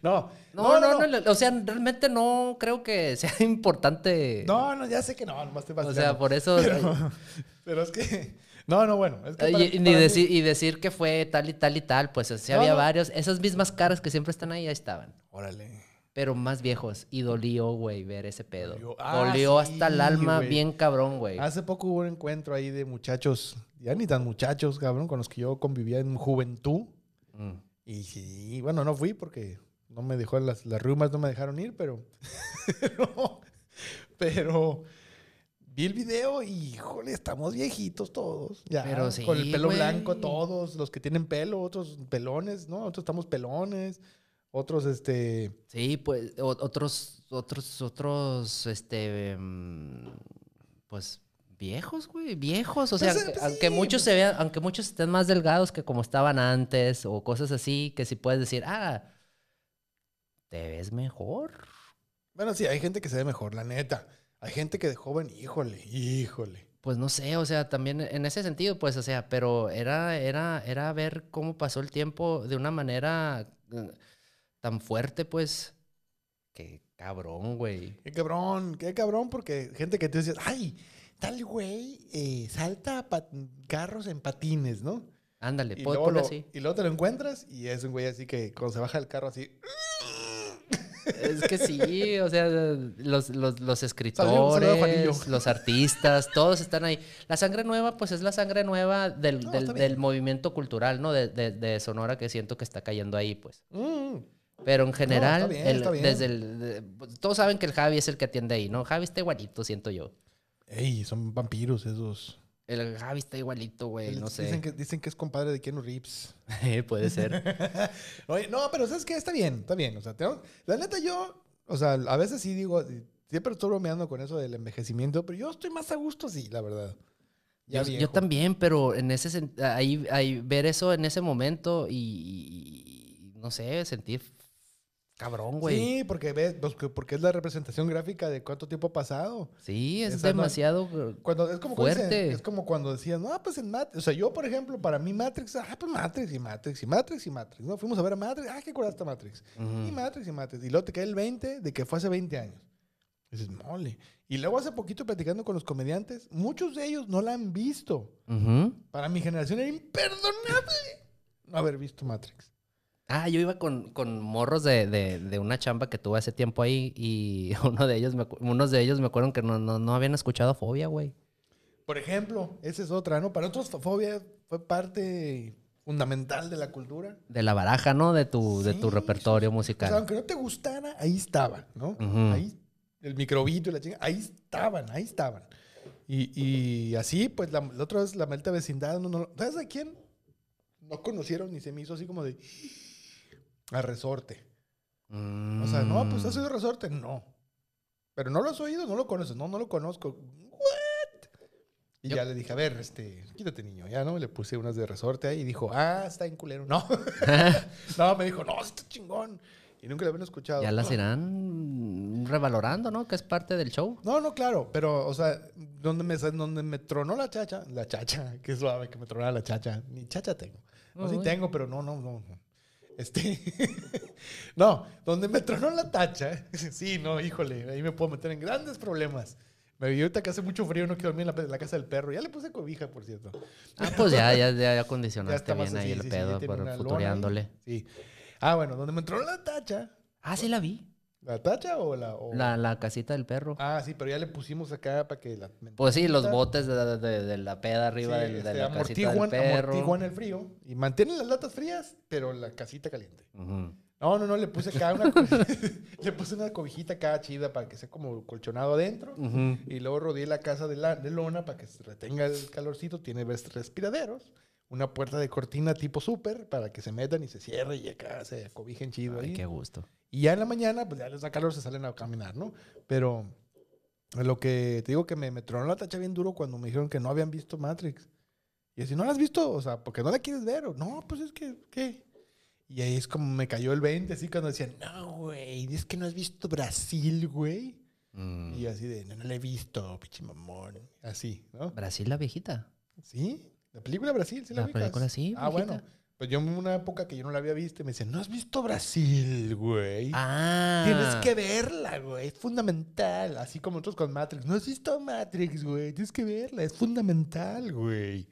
Speaker 1: No,
Speaker 2: No, no, no, le- O sea, realmente no creo que sea importante.
Speaker 1: No, no, ya sé que no, nomás te vas
Speaker 2: O sea, por eso...
Speaker 1: pero, pero es que. No, no, bueno. Es que
Speaker 2: eh,
Speaker 1: para-
Speaker 2: y, y
Speaker 1: para
Speaker 2: ni
Speaker 1: mí-
Speaker 2: decir, y decir que fue tal y tal y tal, pues o sea,
Speaker 1: No,
Speaker 2: había
Speaker 1: no.
Speaker 2: varios. Esas mismas caras que siempre están ahí, ahí estaban.
Speaker 1: Órale.
Speaker 2: Pero más viejos. Y dolió, güey, ver ese pedo. Dolió,
Speaker 1: Dolió. Ah,
Speaker 2: hasta el
Speaker 1: sí,
Speaker 2: alma
Speaker 1: güey. Ah,
Speaker 2: bien cabrón, güey.
Speaker 1: Hace poco hubo un encuentro ahí de muchachos, ya ni tan muchachos, cabrón, con los que yo convivía en juventud.
Speaker 2: Mm.
Speaker 1: Y sí, bueno, no fui porque no me dejó las, las rumas, no me dejaron ir, pero. pero, pero vi el video y, híjole, estamos viejitos todos. Ya,
Speaker 2: Pero
Speaker 1: con
Speaker 2: sí,
Speaker 1: el pelo
Speaker 2: güey.
Speaker 1: blanco todos, los que tienen pelo, otros pelones, ¿no? Otros estamos pelones, otros, este.
Speaker 2: Sí, pues o- otros, otros, otros, este, mm, pues viejos, güey, viejos. O sea,
Speaker 1: Pues, eh,
Speaker 2: aunque,
Speaker 1: pues,
Speaker 2: aunque
Speaker 1: sí,
Speaker 2: muchos se vean, aunque muchos estén más delgados que como estaban antes o cosas así, que si puedes decir, ah, te ves mejor.
Speaker 1: Bueno, sí, hay gente que se ve mejor, la neta. Hay gente que de joven, híjole, híjole.
Speaker 2: Pues no sé, o sea, también en ese sentido, pues, o sea, pero era, era, era ver cómo pasó el tiempo de una manera eh, tan fuerte, pues, que cabrón, güey.
Speaker 1: Qué cabrón, qué cabrón, porque gente que tú dices, ay, tal güey eh, salta pa- carros en patines, ¿no?
Speaker 2: Ándale,
Speaker 1: Y
Speaker 2: pon-
Speaker 1: luego,
Speaker 2: ponle
Speaker 1: lo-
Speaker 2: así.
Speaker 1: y luego te lo encuentras y es un güey así que cuando se baja el carro así,
Speaker 2: Es que sí, o sea, los, los, los
Speaker 1: saludo de Juanillo.
Speaker 2: escritores, los artistas, todos están ahí. La sangre nueva, pues es la sangre nueva del,
Speaker 1: No,
Speaker 2: del,
Speaker 1: está
Speaker 2: del
Speaker 1: bien.
Speaker 2: movimiento cultural, ¿no? De, de- de Sonora que siento que está cayendo ahí, pues.
Speaker 1: "Mm".
Speaker 2: Pero en general,
Speaker 1: bien,
Speaker 2: el-
Speaker 1: está bien.
Speaker 2: desde el, de- pues, todos saben que el Javi es el que atiende ahí, ¿no? Javi está igualito, siento yo.
Speaker 1: ey, son vampiros esos.
Speaker 2: El Javi está igualito, güey,
Speaker 1: Él-
Speaker 2: no sé.
Speaker 1: Dicen que, dicen que es compadre de Keanu Reeves.
Speaker 2: Puede ser.
Speaker 1: Oye, no, pero ¿sabes qué? Está bien, está bien. O sea, tenemos- la neta yo, o sea, a veces sí digo, Siempre estoy bromeando con eso del envejecimiento, pero yo estoy más a gusto así, la verdad. Ya
Speaker 2: yo, yo
Speaker 1: viejo.
Speaker 2: también, pero en ese sen- ahí, ahí ver eso en ese momento y, y- no sé, sentir cabrón, güey.
Speaker 1: Sí, porque ves, pues, que- porque es la representación gráfica de cuánto tiempo ha pasado.
Speaker 2: Sí, es
Speaker 1: Esa no-
Speaker 2: demasiado.
Speaker 1: Cuando, es, como cuando dicen-
Speaker 2: Fuerte.
Speaker 1: es como cuando decían, no, pues en Matrix. O sea, yo, por ejemplo, para mí Matrix, ah, pues Matrix y Matrix y Matrix y Matrix. No, fuimos a ver a Matrix, ah, qué curada está Matrix.
Speaker 2: Ujú.
Speaker 1: Y Matrix y Matrix. Y luego te cae el 20 de que fue hace 20 años. Dices, mole. Y luego hace poquito platicando con los comediantes, muchos de ellos no la han visto.
Speaker 2: Ujú.
Speaker 1: Para mi generación era imperdonable no haber visto Matrix.
Speaker 2: Ah, yo iba con, con morros de, de- de una chamba que tuve hace tiempo ahí y uno de ellos me, acu- unos de ellos me acuerdo que no, no, no habían escuchado Fobia, güey.
Speaker 1: Por ejemplo, esa es otra, ¿no? Para otros, fobia fue parte fundamental de la cultura.
Speaker 2: De la baraja, ¿no? De tu, de tu
Speaker 1: Sí,
Speaker 2: repertorio
Speaker 1: O sea,
Speaker 2: musical.
Speaker 1: Pues, aunque no te gustara, ahí estaba, ¿no?
Speaker 2: Ujú.
Speaker 1: Ahí, el microbito y la chinga, ahí estaban, ahí estaban. Y, y así, pues, la, la otra vez, la maldita vecindad, no, no- ¿sabes a quién? No conocieron ni se me hizo así como de... A resorte. O sea, no, pues, ¿has
Speaker 2: Mm.
Speaker 1: oído resorte? No. Pero no lo has oído, no lo conoces. No, no lo conozco. ¿What? Y
Speaker 2: Yo-
Speaker 1: ya le dije, a ver, este, quítate, niño. Ya, ¿no? Le puse unas de resorte ahí y dijo, ah, está en culero. No. no, me dijo, no, está chingón. Y nunca lo habían escuchado.
Speaker 2: Ya las
Speaker 1: No.
Speaker 2: irán revalorando, ¿no? Que es parte del show.
Speaker 1: No, no, claro, pero, o sea, donde me, donde me tronó la chacha, la chacha, qué suave que me tronara la chacha, ni chacha tengo. No, sí
Speaker 2: Uy.
Speaker 1: tengo, pero no, no, no. no. Este, no, donde me tronó la tacha, sí, no, híjole, ahí me puedo meter en grandes problemas. Me vi ahorita que hace mucho frío, no quiero dormir en la, pe- la casa del perro. Ya le puse cobija, por cierto.
Speaker 2: Ah, pues ya, ya, ya
Speaker 1: Ya
Speaker 2: acondicionaste
Speaker 1: está más
Speaker 2: este bien ahí
Speaker 1: así,
Speaker 2: el
Speaker 1: sí, sí, ya
Speaker 2: pedo,
Speaker 1: tiene
Speaker 2: por
Speaker 1: una lona ahí.
Speaker 2: futureándole.
Speaker 1: Sí. Ah, bueno, donde me tronó la tacha.
Speaker 2: Ah, sí la vi.
Speaker 1: ¿La tacha o la...? o-
Speaker 2: La, la casita del perro.
Speaker 1: Oh. Ah, sí, pero ya le pusimos acá para que la...
Speaker 2: Pues sí, los
Speaker 1: mentirita-
Speaker 2: botes de, de- de la peda arriba
Speaker 1: Sí,
Speaker 2: del- de,
Speaker 1: este,
Speaker 2: la casita del
Speaker 1: amortiguan-
Speaker 2: perro.
Speaker 1: amortiguan el frío y mantienen las latas frías, pero la casita caliente.
Speaker 2: Ujú.
Speaker 1: No, no, no, le puse acá una, co- le puse una cobijita acá chida para que sea como colchonado adentro.
Speaker 2: Ujú.
Speaker 1: Y luego rodeé la casa de, la, de lona para que se retenga el calorcito. Tiene res- respiraderos. Una puerta de cortina tipo súper para que se metan y se cierre y acá se acobijen chido.
Speaker 2: Ay,
Speaker 1: ahí.
Speaker 2: qué gusto.
Speaker 1: Y ya en la mañana, pues ya les da calor, se salen a caminar, ¿no? Pero a lo que te digo que me, me tronó la tacha bien duro cuando me dijeron que no habían visto Matrix. Y así, ¿no la has visto? O sea, porque no la quieres ver. O, no, pues es que, ¿qué? Y ahí es como me cayó el 20, así cuando decían, no, güey, es que no has visto Brasil, güey.
Speaker 2: Mm.
Speaker 1: Y así de, no, no la he visto, pinche mamón. Así, ¿no?
Speaker 2: Brasil la viejita.
Speaker 1: Sí, la película Brasil, sí la,
Speaker 2: La
Speaker 1: ubicas?
Speaker 2: película sí,
Speaker 1: Ah,
Speaker 2: viejita.
Speaker 1: bueno. Pues yo en una época que yo no la había visto y me decían, no has visto Brasil, güey.
Speaker 2: Ah.
Speaker 1: Tienes que verla, güey. Es fundamental. Así como nosotros con Matrix. No has visto Matrix, güey. Tienes que verla. Es fundamental, güey.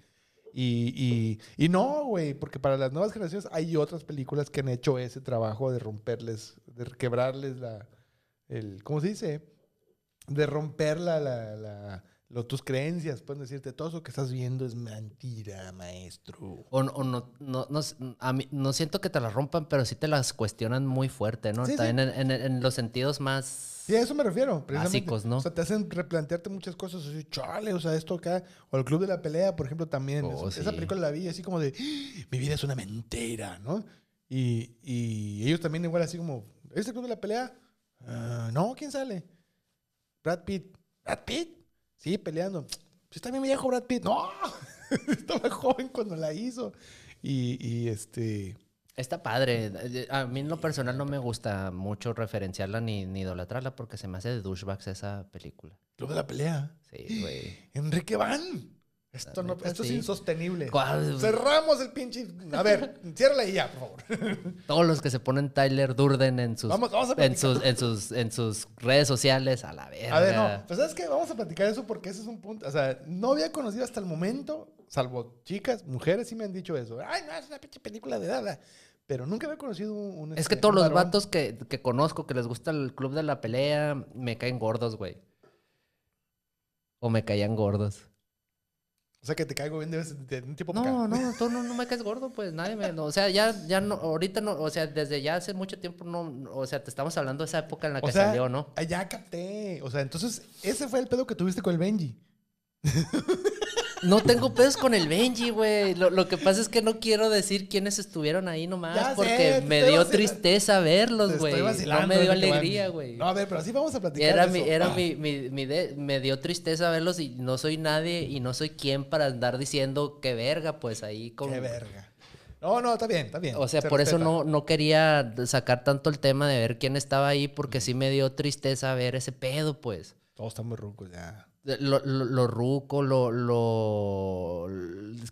Speaker 1: Y, y, y no, güey, porque para las nuevas generaciones hay otras películas que han hecho ese trabajo de romperles, de quebrarles la, el, ¿cómo se dice? De romper la, la, la- lo- tus creencias. Pueden decirte, todo eso que estás viendo es mentira, maestro.
Speaker 2: O, o no, no, no, s- a mí- no siento que te las rompan, pero sí te las cuestionan muy fuerte, ¿no?
Speaker 1: Sí, sí.
Speaker 2: También En, en- en los sentidos más.
Speaker 1: Sí, a eso me refiero. precisamente.
Speaker 2: Básicos, ¿no?
Speaker 1: O sea, te hacen replantearte muchas cosas. Así, chale, o sea, esto acá. O el Club de la Pelea, por ejemplo, también.
Speaker 2: Oh,
Speaker 1: Esa- Esa
Speaker 2: sí.
Speaker 1: película la vi así como de, "Ah, mi vida es una mentira, ¿no? Y, y ellos también igual así como, ¿es el Club de la Pelea? "Ah, no, ¿quién sale? Brad Pitt. ¿Brad Pitt? Sí, peleando. Pues está bien viejo Brad Pitt. ¡No! Estaba joven cuando la hizo. Y, y este...
Speaker 2: Está padre. Eh, A mí en lo personal no me gusta mucho referenciarla ni, ni idolatrarla porque se me hace de douchebags esa película.
Speaker 1: Club de la Pelea.
Speaker 2: Sí, güey.
Speaker 1: Enrique Van. Esto, no,
Speaker 2: neta,
Speaker 1: esto es
Speaker 2: sí.
Speaker 1: insostenible.
Speaker 2: ¿Cuál?
Speaker 1: Cerramos el pinche. A ver, ciérrala ahí ya, por favor.
Speaker 2: Pues, Todos los que se ponen Tyler Durden en sus,
Speaker 1: Vamos, vamos a
Speaker 2: en
Speaker 1: platicar.
Speaker 2: sus, en sus, en sus redes sociales, a la verga.
Speaker 1: A ver, no. Pues sabes qué? vamos a platicar eso porque ese es un punto. O sea, no había conocido hasta el momento, salvo chicas, mujeres sí me han dicho eso. Ay, no, es una pinche película de nada. Pero nunca había conocido un. un,
Speaker 2: Es que
Speaker 1: este,
Speaker 2: todos
Speaker 1: un
Speaker 2: los
Speaker 1: varón.
Speaker 2: vatos que, que conozco que les gusta el club de la pelea me caen gordos, güey. O me caían gordos.
Speaker 1: O sea, que te caigo bien de, vez- de un tipo para
Speaker 2: No,
Speaker 1: acá.
Speaker 2: no, tú no, no me caes gordo, pues nadie me. no, o sea, ya, ya no, ahorita no, o sea, desde ya hace mucho tiempo no, no, o sea, te estamos hablando de esa época en la
Speaker 1: O
Speaker 2: que
Speaker 1: sea,
Speaker 2: salió, ¿no?
Speaker 1: Ah, ya capté. O sea, entonces, ese fue el pedo que tuviste con el Benji.
Speaker 2: No tengo pedos con el Benji, güey. Lo, lo que pasa es que no quiero decir quiénes estuvieron ahí nomás,
Speaker 1: Ya sé,
Speaker 2: porque
Speaker 1: te
Speaker 2: me
Speaker 1: estoy
Speaker 2: dio
Speaker 1: vacila-
Speaker 2: tristeza verlos,
Speaker 1: Te
Speaker 2: güey.
Speaker 1: estoy
Speaker 2: No
Speaker 1: vacilando,
Speaker 2: me dio
Speaker 1: ahorita que van.
Speaker 2: alegría, güey.
Speaker 1: No, a ver, pero sí vamos a platicar.
Speaker 2: Era,
Speaker 1: de
Speaker 2: mi,
Speaker 1: eso.
Speaker 2: era
Speaker 1: Ah.
Speaker 2: mi, mi- mi de- me dio tristeza verlos y no soy nadie y no soy quien para andar diciendo qué verga, pues ahí con...
Speaker 1: Qué verga. No, no, está bien, está bien.
Speaker 2: O sea,
Speaker 1: se
Speaker 2: por eso
Speaker 1: respeta.
Speaker 2: no, no quería sacar tanto el tema de ver quién estaba ahí porque sí me dio tristeza ver ese pedo, pues.
Speaker 1: Todos están muy rucos ya.
Speaker 2: Lo, lo, lo ruco, lo, lo...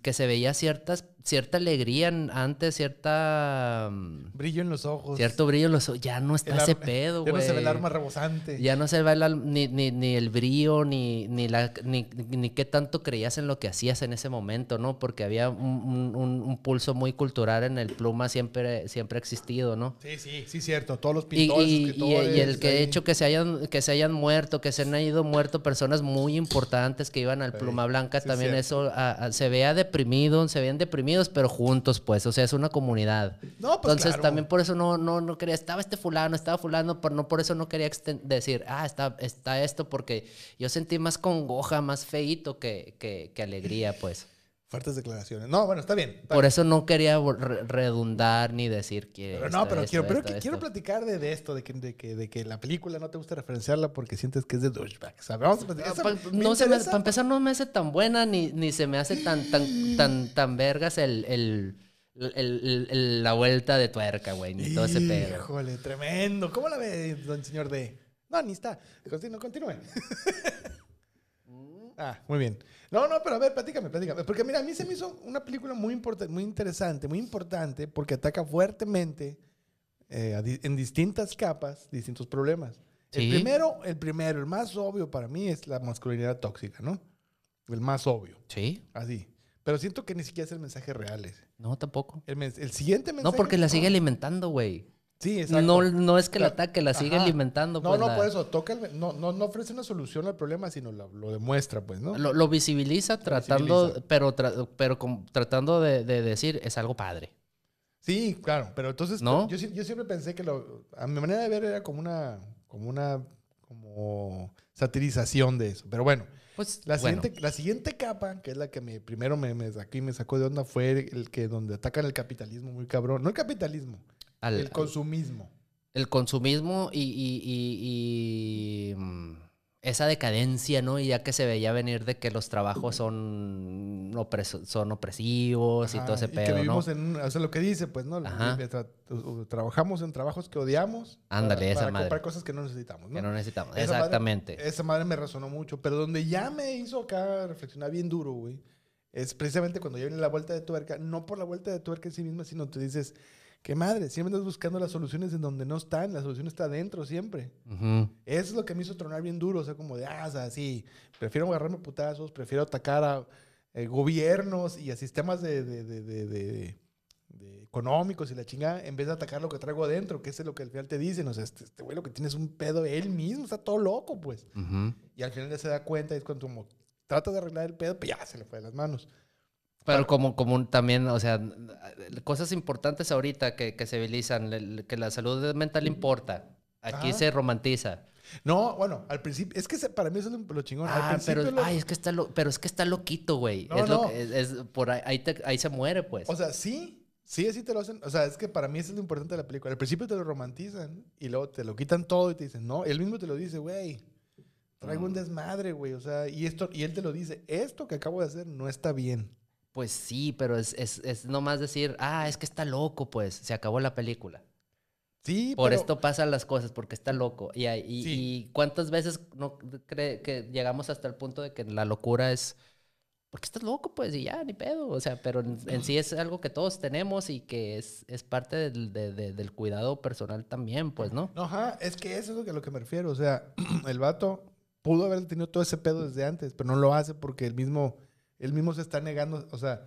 Speaker 2: que se veía ciertas, cierta alegría en- antes, cierta... mm,
Speaker 1: Brillo en los ojos.
Speaker 2: Cierto brillo en los ojos. Ya no está
Speaker 1: Pues, El ar-
Speaker 2: ese pedo,
Speaker 1: Ya
Speaker 2: güey.
Speaker 1: no se ve el arma rebosante.
Speaker 2: Ya no se ve el al- ni, ni, ni el brío, ni, ni, la, ni, ni qué tanto creías en lo que hacías en ese momento, ¿no? Porque había un, un- un- un pulso muy cultural en el pluma, siempre, siempre ha existido, ¿no?
Speaker 1: Sí, sí, sí, cierto. Todos los
Speaker 2: Y,
Speaker 1: pintores,
Speaker 2: y- y-
Speaker 1: escritores.
Speaker 2: y el que de
Speaker 1: ahí.
Speaker 2: hecho que se hayan que se hayan muerto, que se han ido muerto personas muy importantes que iban al
Speaker 1: Sí,
Speaker 2: Pluma Blanca,
Speaker 1: sí es
Speaker 2: también
Speaker 1: cierto.
Speaker 2: eso a- a- se vea deprimido, se vean deprimidos, pero juntos pues, o sea, es una comunidad.
Speaker 1: No, pues
Speaker 2: Entonces
Speaker 1: claro.
Speaker 2: también por eso no, no, no quería, estaba este fulano, estaba fulano, pero no por eso no quería exten- decir, ah, está, está esto, porque yo sentí más congoja, más feíto que, que, que alegría, pues.
Speaker 1: Fuertes declaraciones. No, bueno, está bien. está
Speaker 2: Por
Speaker 1: bien.
Speaker 2: eso no quería vol- re- redundar ni decir que...
Speaker 1: Pero
Speaker 2: esto,
Speaker 1: no, pero
Speaker 2: esto,
Speaker 1: quiero, pero
Speaker 2: esto,
Speaker 1: que, quiero
Speaker 2: esto.
Speaker 1: platicar de, de esto, de que, de, que, de que la película no te gusta referenciarla porque sientes que es de douchebags. A ver, vamos a platicar. Eso
Speaker 2: Pa-
Speaker 1: me
Speaker 2: Ah, pues, no se me,
Speaker 1: interesa.
Speaker 2: para empezar, no me hace tan buena ni, ni se me hace tan, tan, tan, tan vergas el, el, el- el- el- la vuelta de tuerca, güey. Ni todo ese pedo.
Speaker 1: Híjole, tremendo. ¿Cómo la ve, don señor D? No, ni está. Continúe, continúe. ah, muy bien. No, no, pero a ver, platícame, platícame. Porque mira, a mí se me hizo una película muy, importante muy interesante, muy importante, porque ataca fuertemente eh, a di- en distintas capas distintos problemas.
Speaker 2: Sí.
Speaker 1: El primero, el primero, el más obvio para mí es la masculinidad tóxica, ¿no? El más obvio,
Speaker 2: Sí,
Speaker 1: así. Pero siento que ni siquiera es el mensaje real ese.
Speaker 2: no, tampoco.
Speaker 1: El, mens- el siguiente mensaje.
Speaker 2: No, porque la sigue alimentando, güey.
Speaker 1: Sí, exacto.
Speaker 2: No, no es que la
Speaker 1: Claro.
Speaker 2: ataque, la sigue
Speaker 1: Ajá.
Speaker 2: alimentando.
Speaker 1: No,
Speaker 2: pues,
Speaker 1: no,
Speaker 2: la-
Speaker 1: por eso, toca el- no, no, no ofrece una solución al problema, sino lo, lo demuestra, pues, ¿no?
Speaker 2: Lo, lo visibiliza tratando,
Speaker 1: visibiliza.
Speaker 2: pero, tra- pero como tratando de, de decir, es algo padre.
Speaker 1: Sí, claro, pero entonces
Speaker 2: ¿No?
Speaker 1: pero yo, sí- yo siempre pensé que lo, a mi manera de ver era como una, como una, como satirización de eso. Pero bueno,
Speaker 2: Pues,
Speaker 1: la
Speaker 2: bueno,
Speaker 1: siguiente, la siguiente capa, que es la que me, primero me, me aquí me sacó de onda, fue el que donde atacan el capitalismo muy cabrón, no el capitalismo,
Speaker 2: al-
Speaker 1: el
Speaker 2: al-
Speaker 1: consumismo.
Speaker 2: el consumismo y, y- y- y, mm, esa decadencia, ¿no? Y ya que se veía venir de que los trabajos son, opres- son opresivos y
Speaker 1: Ajá,
Speaker 2: todo ese
Speaker 1: que
Speaker 2: pedo, ¿no?
Speaker 1: vivimos en un- o sea, lo que dice, pues, ¿no?
Speaker 2: Ajá.
Speaker 1: Tra- trabajamos en trabajos que odiamos. para-
Speaker 2: Ándale, esa
Speaker 1: para
Speaker 2: madre.
Speaker 1: comprar cosas que no necesitamos, ¿no?
Speaker 2: Que no necesitamos.
Speaker 1: Esa madre-
Speaker 2: Exactamente.
Speaker 1: Esa madre me resonó mucho, pero donde ya me hizo acá reflexionar bien duro, güey, es precisamente cuando ya viene la vuelta de tuerca, no por la vuelta de tuerca en sí misma, sino te dices, qué madre, siempre andas buscando las soluciones en donde no están, la solución está adentro siempre.
Speaker 2: Ujú.
Speaker 1: Eso es lo que me hizo tronar bien duro, o sea, como de, ah, o sea, sí, prefiero agarrarme a putazos, prefiero atacar a eh, gobiernos y a sistemas de, de- de- de- de- de económicos y la chingada, en vez de atacar lo que traigo adentro, que eso es lo que al final te dicen, o sea, este este güey lo que tiene es un pedo, él mismo está todo loco, pues.
Speaker 2: Ujú.
Speaker 1: Y al final ya se da cuenta y es cuando como trata de arreglar el pedo, pues ya se le fue de las manos.
Speaker 2: Pero como, como un- también, o sea, cosas importantes ahorita que, que se civilizan, el- que la salud mental importa. Aquí
Speaker 1: Ajá.
Speaker 2: se romantiza.
Speaker 1: No, bueno, al principio, es que se- para mí eso es lo, lo chingón. al
Speaker 2: Ah,
Speaker 1: principio
Speaker 2: pero,
Speaker 1: lo-
Speaker 2: ay, es que está lo- pero es que está loquito, güey.
Speaker 1: No,
Speaker 2: es lo
Speaker 1: no.
Speaker 2: que- es- es por ahí, ahí te- ahí se muere, pues.
Speaker 1: O sea, sí, sí, así te lo hacen. O sea, es que para mí eso es lo importante de la película. Al principio te lo romantizan y luego te lo quitan todo y te dicen, no, él mismo te lo dice, güey. Traigo
Speaker 2: Ah.
Speaker 1: un desmadre, güey. O sea, y esto, y él te lo dice, esto que acabo de hacer no está bien.
Speaker 2: Pues sí, pero es, es, es nomás decir, ah, es que está loco, pues, se acabó la película.
Speaker 1: Sí,
Speaker 2: Por
Speaker 1: pero-
Speaker 2: esto pasan las cosas, porque está loco. Y, ahí- y,
Speaker 1: Sí.
Speaker 2: y cuántas veces no cree que llegamos hasta el punto de que la locura es, porque estás loco, pues, y ya, ni pedo. O sea, pero en, en sí es algo que todos tenemos y que es, es parte del, de- de- del cuidado personal también, pues, ¿no?
Speaker 1: No, ajá, es que eso es lo que, a lo que me refiero. O sea, el vato pudo haber tenido todo ese pedo desde antes, pero no lo hace porque él mismo, él mismo se está negando. O sea,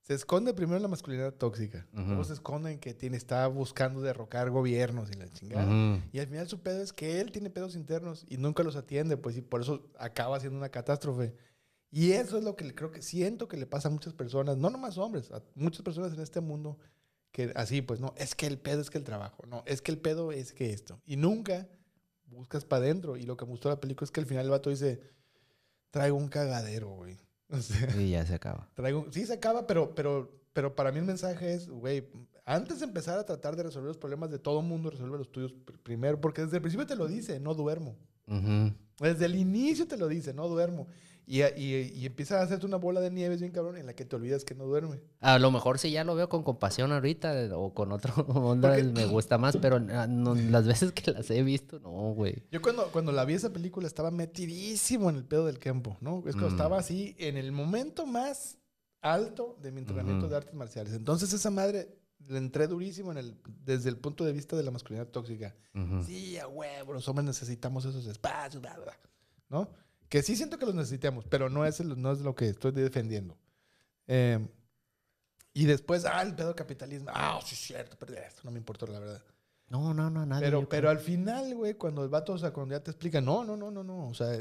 Speaker 1: se esconde primero en la masculinidad tóxica. Luego
Speaker 2: Ujú.
Speaker 1: se esconde en que tiene, está buscando derrocar gobiernos y la chingada.
Speaker 2: Ujú.
Speaker 1: Y al final su pedo es que él tiene pedos internos y nunca los atiende, pues, y por eso acaba siendo una catástrofe. Y eso es lo que le- creo que siento que le pasa a muchas personas, no nomás hombres, a muchas personas en este mundo que así, pues, no, es que el pedo es que el trabajo, no, es que el pedo es que esto. Y nunca buscas para adentro. Y lo que me gustó de la película es que al final el vato dice, traigo un cagadero, güey. O sea,
Speaker 2: Y ya se acaba.
Speaker 1: traigo, sí se acaba, pero, pero, pero para mí el mensaje es, güey, antes de empezar a tratar de resolver los problemas de todo mundo, resuelve los tuyos pr- primero, porque desde el principio te lo dice, no duermo.
Speaker 2: Ujú.
Speaker 1: Desde el inicio te lo dice, no duermo. Y, a- y- y empieza a hacerte una bola de nieve bien cabrón en la que te olvidas que no duerme.
Speaker 2: A lo mejor si ya lo veo con compasión ahorita eh, o con otro onda,
Speaker 1: Porque-
Speaker 2: el me gusta más, pero ah, no, las veces que las he visto, no, güey.
Speaker 1: Yo cuando, cuando la vi esa película estaba metidísimo en el pedo del campo, ¿no? Es cuando
Speaker 2: Mm.
Speaker 1: estaba así en el momento más alto de mi entrenamiento
Speaker 2: Ujú.
Speaker 1: de artes marciales. Entonces esa madre le entré durísimo en el, desde el punto de vista de la masculinidad tóxica.
Speaker 2: Ujú.
Speaker 1: Sí, a huevo, los hombres necesitamos esos espacios, bla, bla, bla, ¿no? Que sí siento que los necesitamos, pero no es, el- no es lo que estoy defendiendo. Eh, y después, ah, el pedo capitalismo. Ah, sí, es cierto, pero esto no me importó, la verdad.
Speaker 2: No, no, no, nadie.
Speaker 1: Pero,
Speaker 2: Ah, yo
Speaker 1: pero al final, güey, cuando el vato, o sea, cuando ya te explica, no, no, no, no, no, o sea,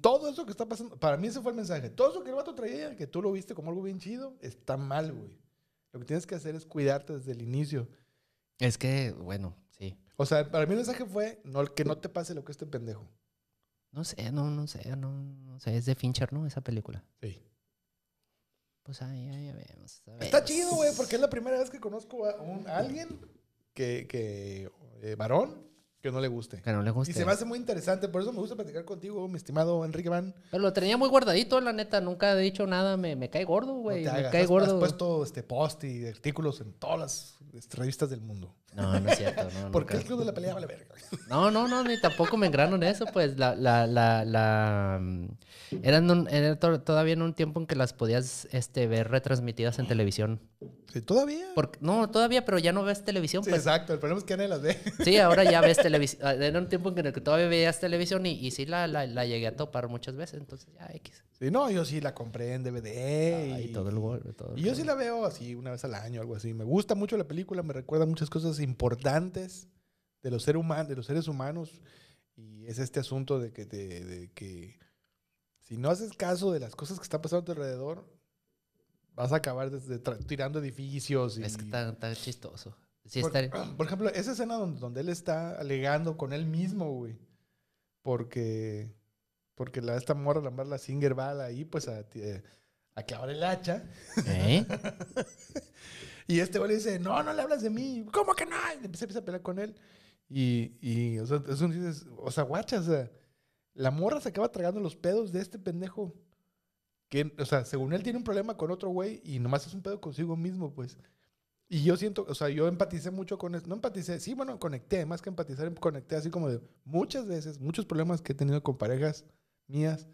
Speaker 1: todo eso que está pasando, para mí ese fue el mensaje. Todo eso que el vato traía, que tú lo viste como algo bien chido, está mal, güey. Lo que tienes que hacer es cuidarte desde el inicio.
Speaker 2: creo. Es que, bueno, sí.
Speaker 1: O sea, para mí el mensaje fue no, que no te pase lo que este pendejo.
Speaker 2: No sé, no, no sé, no, no sé. Es de Fincher, ¿no? Esa película.
Speaker 1: Sí.
Speaker 2: Pues ahí, ahí, ya vemos. ya
Speaker 1: Está
Speaker 2: vemos.
Speaker 1: chido, güey, porque es la primera vez que conozco a, un, a alguien que, que eh, varón, que no le guste.
Speaker 2: Que no le guste.
Speaker 1: Y se me hace muy interesante, por eso me gusta platicar contigo, mi estimado Enrique Van.
Speaker 2: Pero lo tenía muy guardadito, la neta. Nunca he dicho nada. Me, me cae gordo, güey.
Speaker 1: no te
Speaker 2: me
Speaker 1: hagas.
Speaker 2: cae
Speaker 1: has,
Speaker 2: gordo.
Speaker 1: has puesto este post y artículos en todas las este, revistas del mundo.
Speaker 2: No, no es cierto. No,
Speaker 1: ¿Por qué
Speaker 2: nunca.
Speaker 1: el club de la pelea vale verga?
Speaker 2: No, no, no, ni tampoco me engrano en eso, pues la, la, la, la mm, eran un- era to- todavía en un tiempo en que las podías este, ver retransmitidas en televisión.
Speaker 1: Sí, todavía.
Speaker 2: Porque, no, todavía, pero ya no ves televisión,
Speaker 1: Sí,
Speaker 2: pues.
Speaker 1: exacto. El problema es que nadie las ve.
Speaker 2: Sí, ahora ya ves televisión. Era un tiempo en el que todavía veías televisión y, y sí la, la, la llegué a topar muchas veces, entonces ya X.
Speaker 1: Sí, no, yo sí la compré en DVD.
Speaker 2: Ay,
Speaker 1: y-
Speaker 2: Ah, todo el gol, todo el
Speaker 1: Y yo sí
Speaker 2: gol.
Speaker 1: la veo así una vez al año, algo así. Me gusta mucho la película, me recuerda muchas cosas importantes de los, ser human- de los seres humanos. Y es este asunto de que, de- de que si no haces caso de las cosas que están pasando a tu alrededor, vas a acabar desde tra- tirando edificios. Y,
Speaker 2: Es que está, está chistoso. Sí,
Speaker 1: por,
Speaker 2: está.
Speaker 1: por ejemplo, esa escena donde, donde él está alegando con él mismo, güey. Porque, porque la, esta morra, la Marla Singer, va ahí pues a, ti- a clavar el hacha.
Speaker 2: ¿Eh?
Speaker 1: Y este güey le dice, no, no le hablas de mí. ¿Cómo que no? Y se empieza a pelear con él. Y, y o sea, es un- dices, o sea, guacha, o sea, la morra se acaba tragando los pedos de este pendejo. Que, o sea, según él tiene un problema con otro güey y nomás es un pedo consigo mismo, pues. Y yo siento, o sea, yo empaticé mucho con eso. No empaticé, sí, bueno, conecté, más que empatizar, conecté así como de muchas veces, muchos problemas que he tenido con parejas mías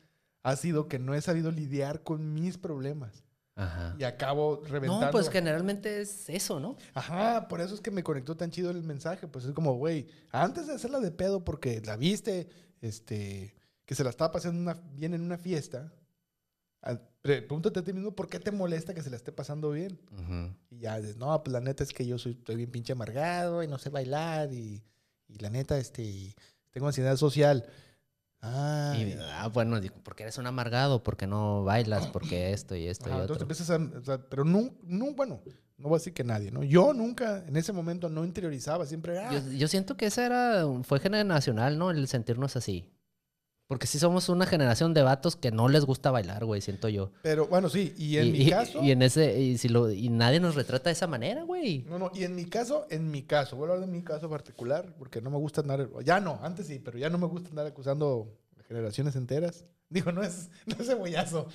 Speaker 1: ha sido que no he sabido lidiar con mis problemas
Speaker 2: Ajá.
Speaker 1: y acabo reventando.
Speaker 2: No, pues generalmente es eso, ¿no?
Speaker 1: Ajá, por eso es que me conectó tan chido el mensaje. Pues es como, güey, antes de hacerla de pedo porque la viste, este, que se la estaba pasando una- bien en una fiesta, a- pregúntate a ti mismo por qué te molesta que se la esté pasando bien.
Speaker 2: Ujú.
Speaker 1: Y ya dices, no, pues la neta es que yo soy, estoy bien pinche amargado y no sé bailar y, y la neta, este, tengo ansiedad social. Ah,
Speaker 2: Y, ah, bueno, digo, porque eres un amargado, porque no bailas, porque esto este, y esto
Speaker 1: Ajá,
Speaker 2: y
Speaker 1: entonces
Speaker 2: otro.
Speaker 1: empiezas a... o sea, pero no, no, bueno, no voy a decir que nadie, ¿no? Yo nunca en ese momento no interiorizaba, siempre... Ah,
Speaker 2: Yo, yo siento que esa era, fue generacional, ¿no? El sentirnos así. Porque sí somos una generación de vatos que no les gusta bailar, güey, siento yo.
Speaker 1: Pero bueno, sí, y en mi caso.
Speaker 2: y en ese, y si lo, y nadie nos retrata de esa manera, güey.
Speaker 1: no, no, y en mi caso, en mi caso, vuelvo a hablar de mi caso particular, porque no me gusta andar. Ya no, antes sí, pero ya no me gusta andar acusando generaciones enteras. Digo, no es, no es cebollazo.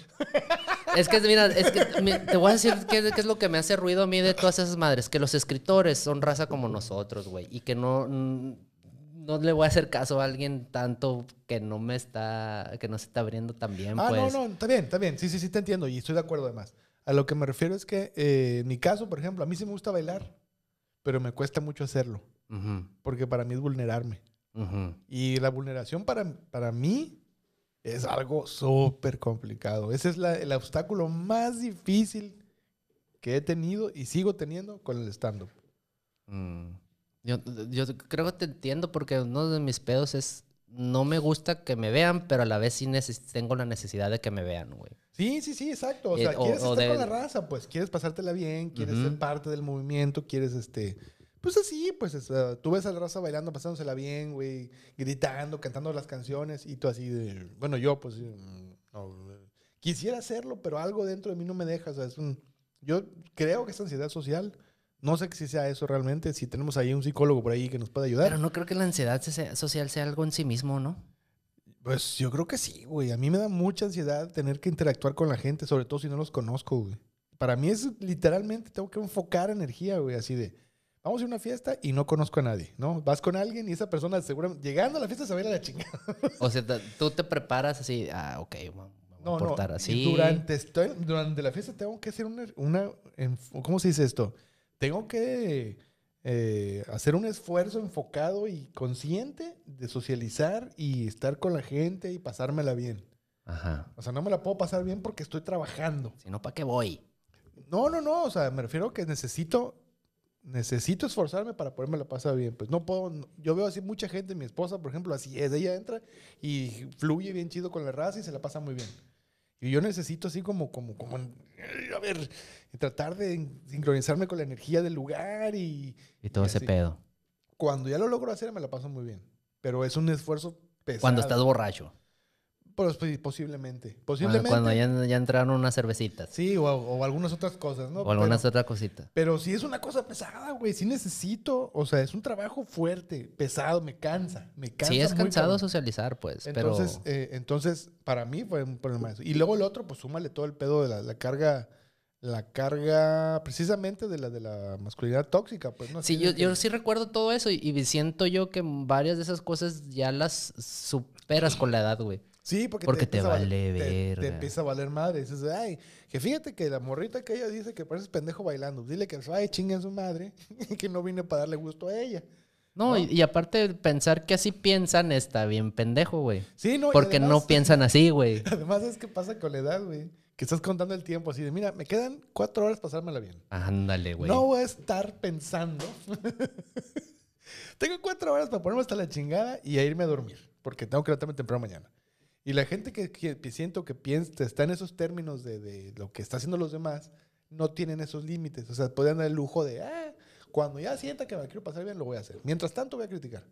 Speaker 2: Es que, mira, es que mi- te voy a decir qué, qué es lo que me hace ruido a mí de todas esas madres. Que los escritores son raza como nosotros, güey. Y que no, mm, no le voy a hacer caso a alguien tanto que no me está, que no se está abriendo tan bien,
Speaker 1: Ah,
Speaker 2: pues.
Speaker 1: no, no, está bien, está bien. Sí, sí, sí, te entiendo y estoy de acuerdo además. A lo que me refiero es que eh, en mi caso, por ejemplo, a mí sí me gusta bailar, pero me cuesta mucho hacerlo, porque para mí es vulnerarme.
Speaker 2: Ujú, ujú.
Speaker 1: Y la vulneración para, para mí es algo súper complicado. Ese es la- el obstáculo más difícil que he tenido y sigo teniendo con el stand-up.
Speaker 2: Mm. Yo, yo creo que te entiendo porque uno de mis pedos es no me gusta que me vean, pero a la vez sí neces- tengo la necesidad de que me vean, güey.
Speaker 1: Sí, sí, sí, exacto. O
Speaker 2: Eh,
Speaker 1: sea,
Speaker 2: o-
Speaker 1: quieres
Speaker 2: o
Speaker 1: estar con
Speaker 2: de-
Speaker 1: la raza, pues. Quieres pasártela bien, quieres
Speaker 2: Ujú.
Speaker 1: ser parte del movimiento, quieres este... Pues así, pues, o sea, tú ves a la raza bailando, pasándosela bien, güey, gritando, cantando las canciones, y tú así de... Bueno, yo, pues, mm, no, Quisiera hacerlo, pero algo dentro de mí no me deja. O sea, es un, yo creo que es ansiedad social. No sé si sea eso realmente. Si tenemos ahí un psicólogo por ahí que nos pueda ayudar.
Speaker 2: Pero no creo que la ansiedad se- sea- social sea algo en sí mismo, ¿no?
Speaker 1: Pues yo creo que sí, güey. A mí me da mucha ansiedad tener que interactuar con la gente, sobre todo si no los conozco, güey. Para mí es literalmente, tengo que enfocar energía, güey, así de, vamos a ir a una fiesta y no conozco a nadie, ¿no? Vas con alguien y esa persona seguramente, llegando a la fiesta se va a ir a la chingada.
Speaker 2: O sea, ta- tú te preparas así, ah, ok, me voy a
Speaker 1: No, no.
Speaker 2: portar
Speaker 1: y
Speaker 2: así.
Speaker 1: Durante, estoy, durante la fiesta tengo que hacer una, una enf- ¿cómo se dice esto? Tengo que eh, hacer un esfuerzo enfocado y consciente de socializar y estar con la gente y pasármela bien.
Speaker 2: Ajá.
Speaker 1: O sea, no me la puedo pasar bien porque estoy trabajando.
Speaker 2: Si no, ¿para qué voy?
Speaker 1: No, no, no. O sea, me refiero que necesito, necesito esforzarme para poderme la pasar bien. Pues no puedo. no- yo veo así mucha gente, mi esposa, por ejemplo, así es. Ella entra y fluye bien chido con la raza y se la pasa muy bien. Y yo necesito así como, como, como, eh, a ver, tratar de sincronizarme con la energía del lugar y
Speaker 2: Y todo
Speaker 1: Y
Speaker 2: ese
Speaker 1: así.
Speaker 2: pedo.
Speaker 1: cuando ya lo logro hacer me la paso muy bien. Pero es un esfuerzo pesado.
Speaker 2: Cuando estás borracho.
Speaker 1: Pues, pues, posiblemente.
Speaker 2: Cuando,
Speaker 1: Posiblemente.
Speaker 2: cuando ya, ya entraron unas cervecitas.
Speaker 1: Sí, o, o algunas otras cosas, ¿no?
Speaker 2: o algunas
Speaker 1: Pero-
Speaker 2: otra cosita.
Speaker 1: Pero sí es una cosa pesada, güey. Sí necesito. O sea, es un trabajo fuerte, pesado, me cansa. Me cansa.
Speaker 2: Sí, es
Speaker 1: muy
Speaker 2: cansado
Speaker 1: cabrón.
Speaker 2: socializar, pues.
Speaker 1: Entonces,
Speaker 2: pero
Speaker 1: eh, entonces, para mí fue un problema eso. Y luego el otro, pues súmale todo el pedo de la, la carga. La carga precisamente de la de la masculinidad tóxica, pues no
Speaker 2: sí,
Speaker 1: Así
Speaker 2: yo,
Speaker 1: de que-
Speaker 2: yo sí recuerdo todo eso y, y siento yo que varias de esas cosas ya las superas con la edad, güey.
Speaker 1: Sí, porque,
Speaker 2: porque te
Speaker 1: empieza a valer-
Speaker 2: vale
Speaker 1: te- Te,
Speaker 2: verga.
Speaker 1: empieza a valer madre. Dices, ay, que fíjate que la morrita que ella dice que pareces pendejo bailando. Dile que ay, chinga a su madre, que no vine para darle gusto a ella.
Speaker 2: No, Y, y aparte pensar que así piensan está bien pendejo, güey.
Speaker 1: Sí, no, y
Speaker 2: Porque no
Speaker 1: además-
Speaker 2: piensan así, güey.
Speaker 1: Además, es que pasa con la edad, güey. Que estás contando el tiempo así de, mira, me quedan cuatro horas pasármela bien.
Speaker 2: Ándale, güey.
Speaker 1: No voy a estar pensando. tengo cuatro horas para ponerme hasta la chingada y a irme a dormir. Porque tengo que levantarme temprano mañana. Y la gente que, que pi- siento que piensa, está en esos términos de, de lo que está haciendo los demás, no tienen esos límites. O sea, pueden dar el lujo de, ah, cuando ya sienta que me la quiero pasar bien, lo voy a hacer. Mientras tanto, voy a criticar.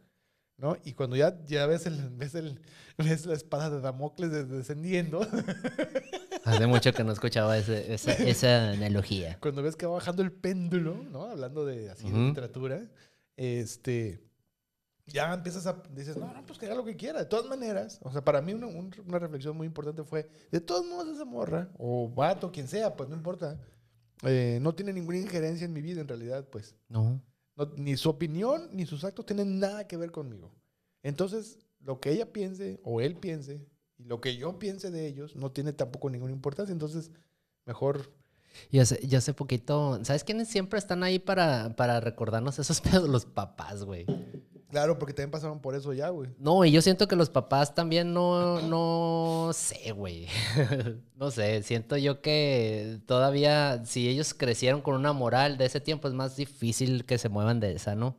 Speaker 1: ¿No? Y cuando ya, ya ves, el, ves, el, ves la espada de Damocles des- descendiendo,
Speaker 2: Hace mucho que no escuchaba ese- esa, esa analogía.
Speaker 1: cuando ves que va bajando el péndulo, ¿no? Hablando de así de
Speaker 2: Ujú.
Speaker 1: literatura, este, ya empiezas a dices, no, no, pues que haga lo que quiera. De todas maneras, o sea, para mí una, un- una reflexión muy importante fue, de todos modos esa morra o vato, quien sea, pues no importa, eh, no tiene ninguna injerencia en mi vida en realidad, pues.
Speaker 2: No.
Speaker 1: No- ni su opinión ni sus actos tienen nada que ver conmigo. Entonces, lo que ella piense o él piense y lo que yo piense de ellos no tiene tampoco ninguna importancia. Entonces, mejor
Speaker 2: Y hace, y hace poquito, ¿sabes quiénes siempre están ahí para, para recordarnos esos pedos? Los papás, güey.
Speaker 1: Claro, porque también pasaron por eso ya, güey.
Speaker 2: No, y yo siento que los papás también no, no sé, güey. no sé, siento yo que todavía, si ellos crecieron con una moral de ese tiempo, es más difícil que se muevan de esa, ¿no?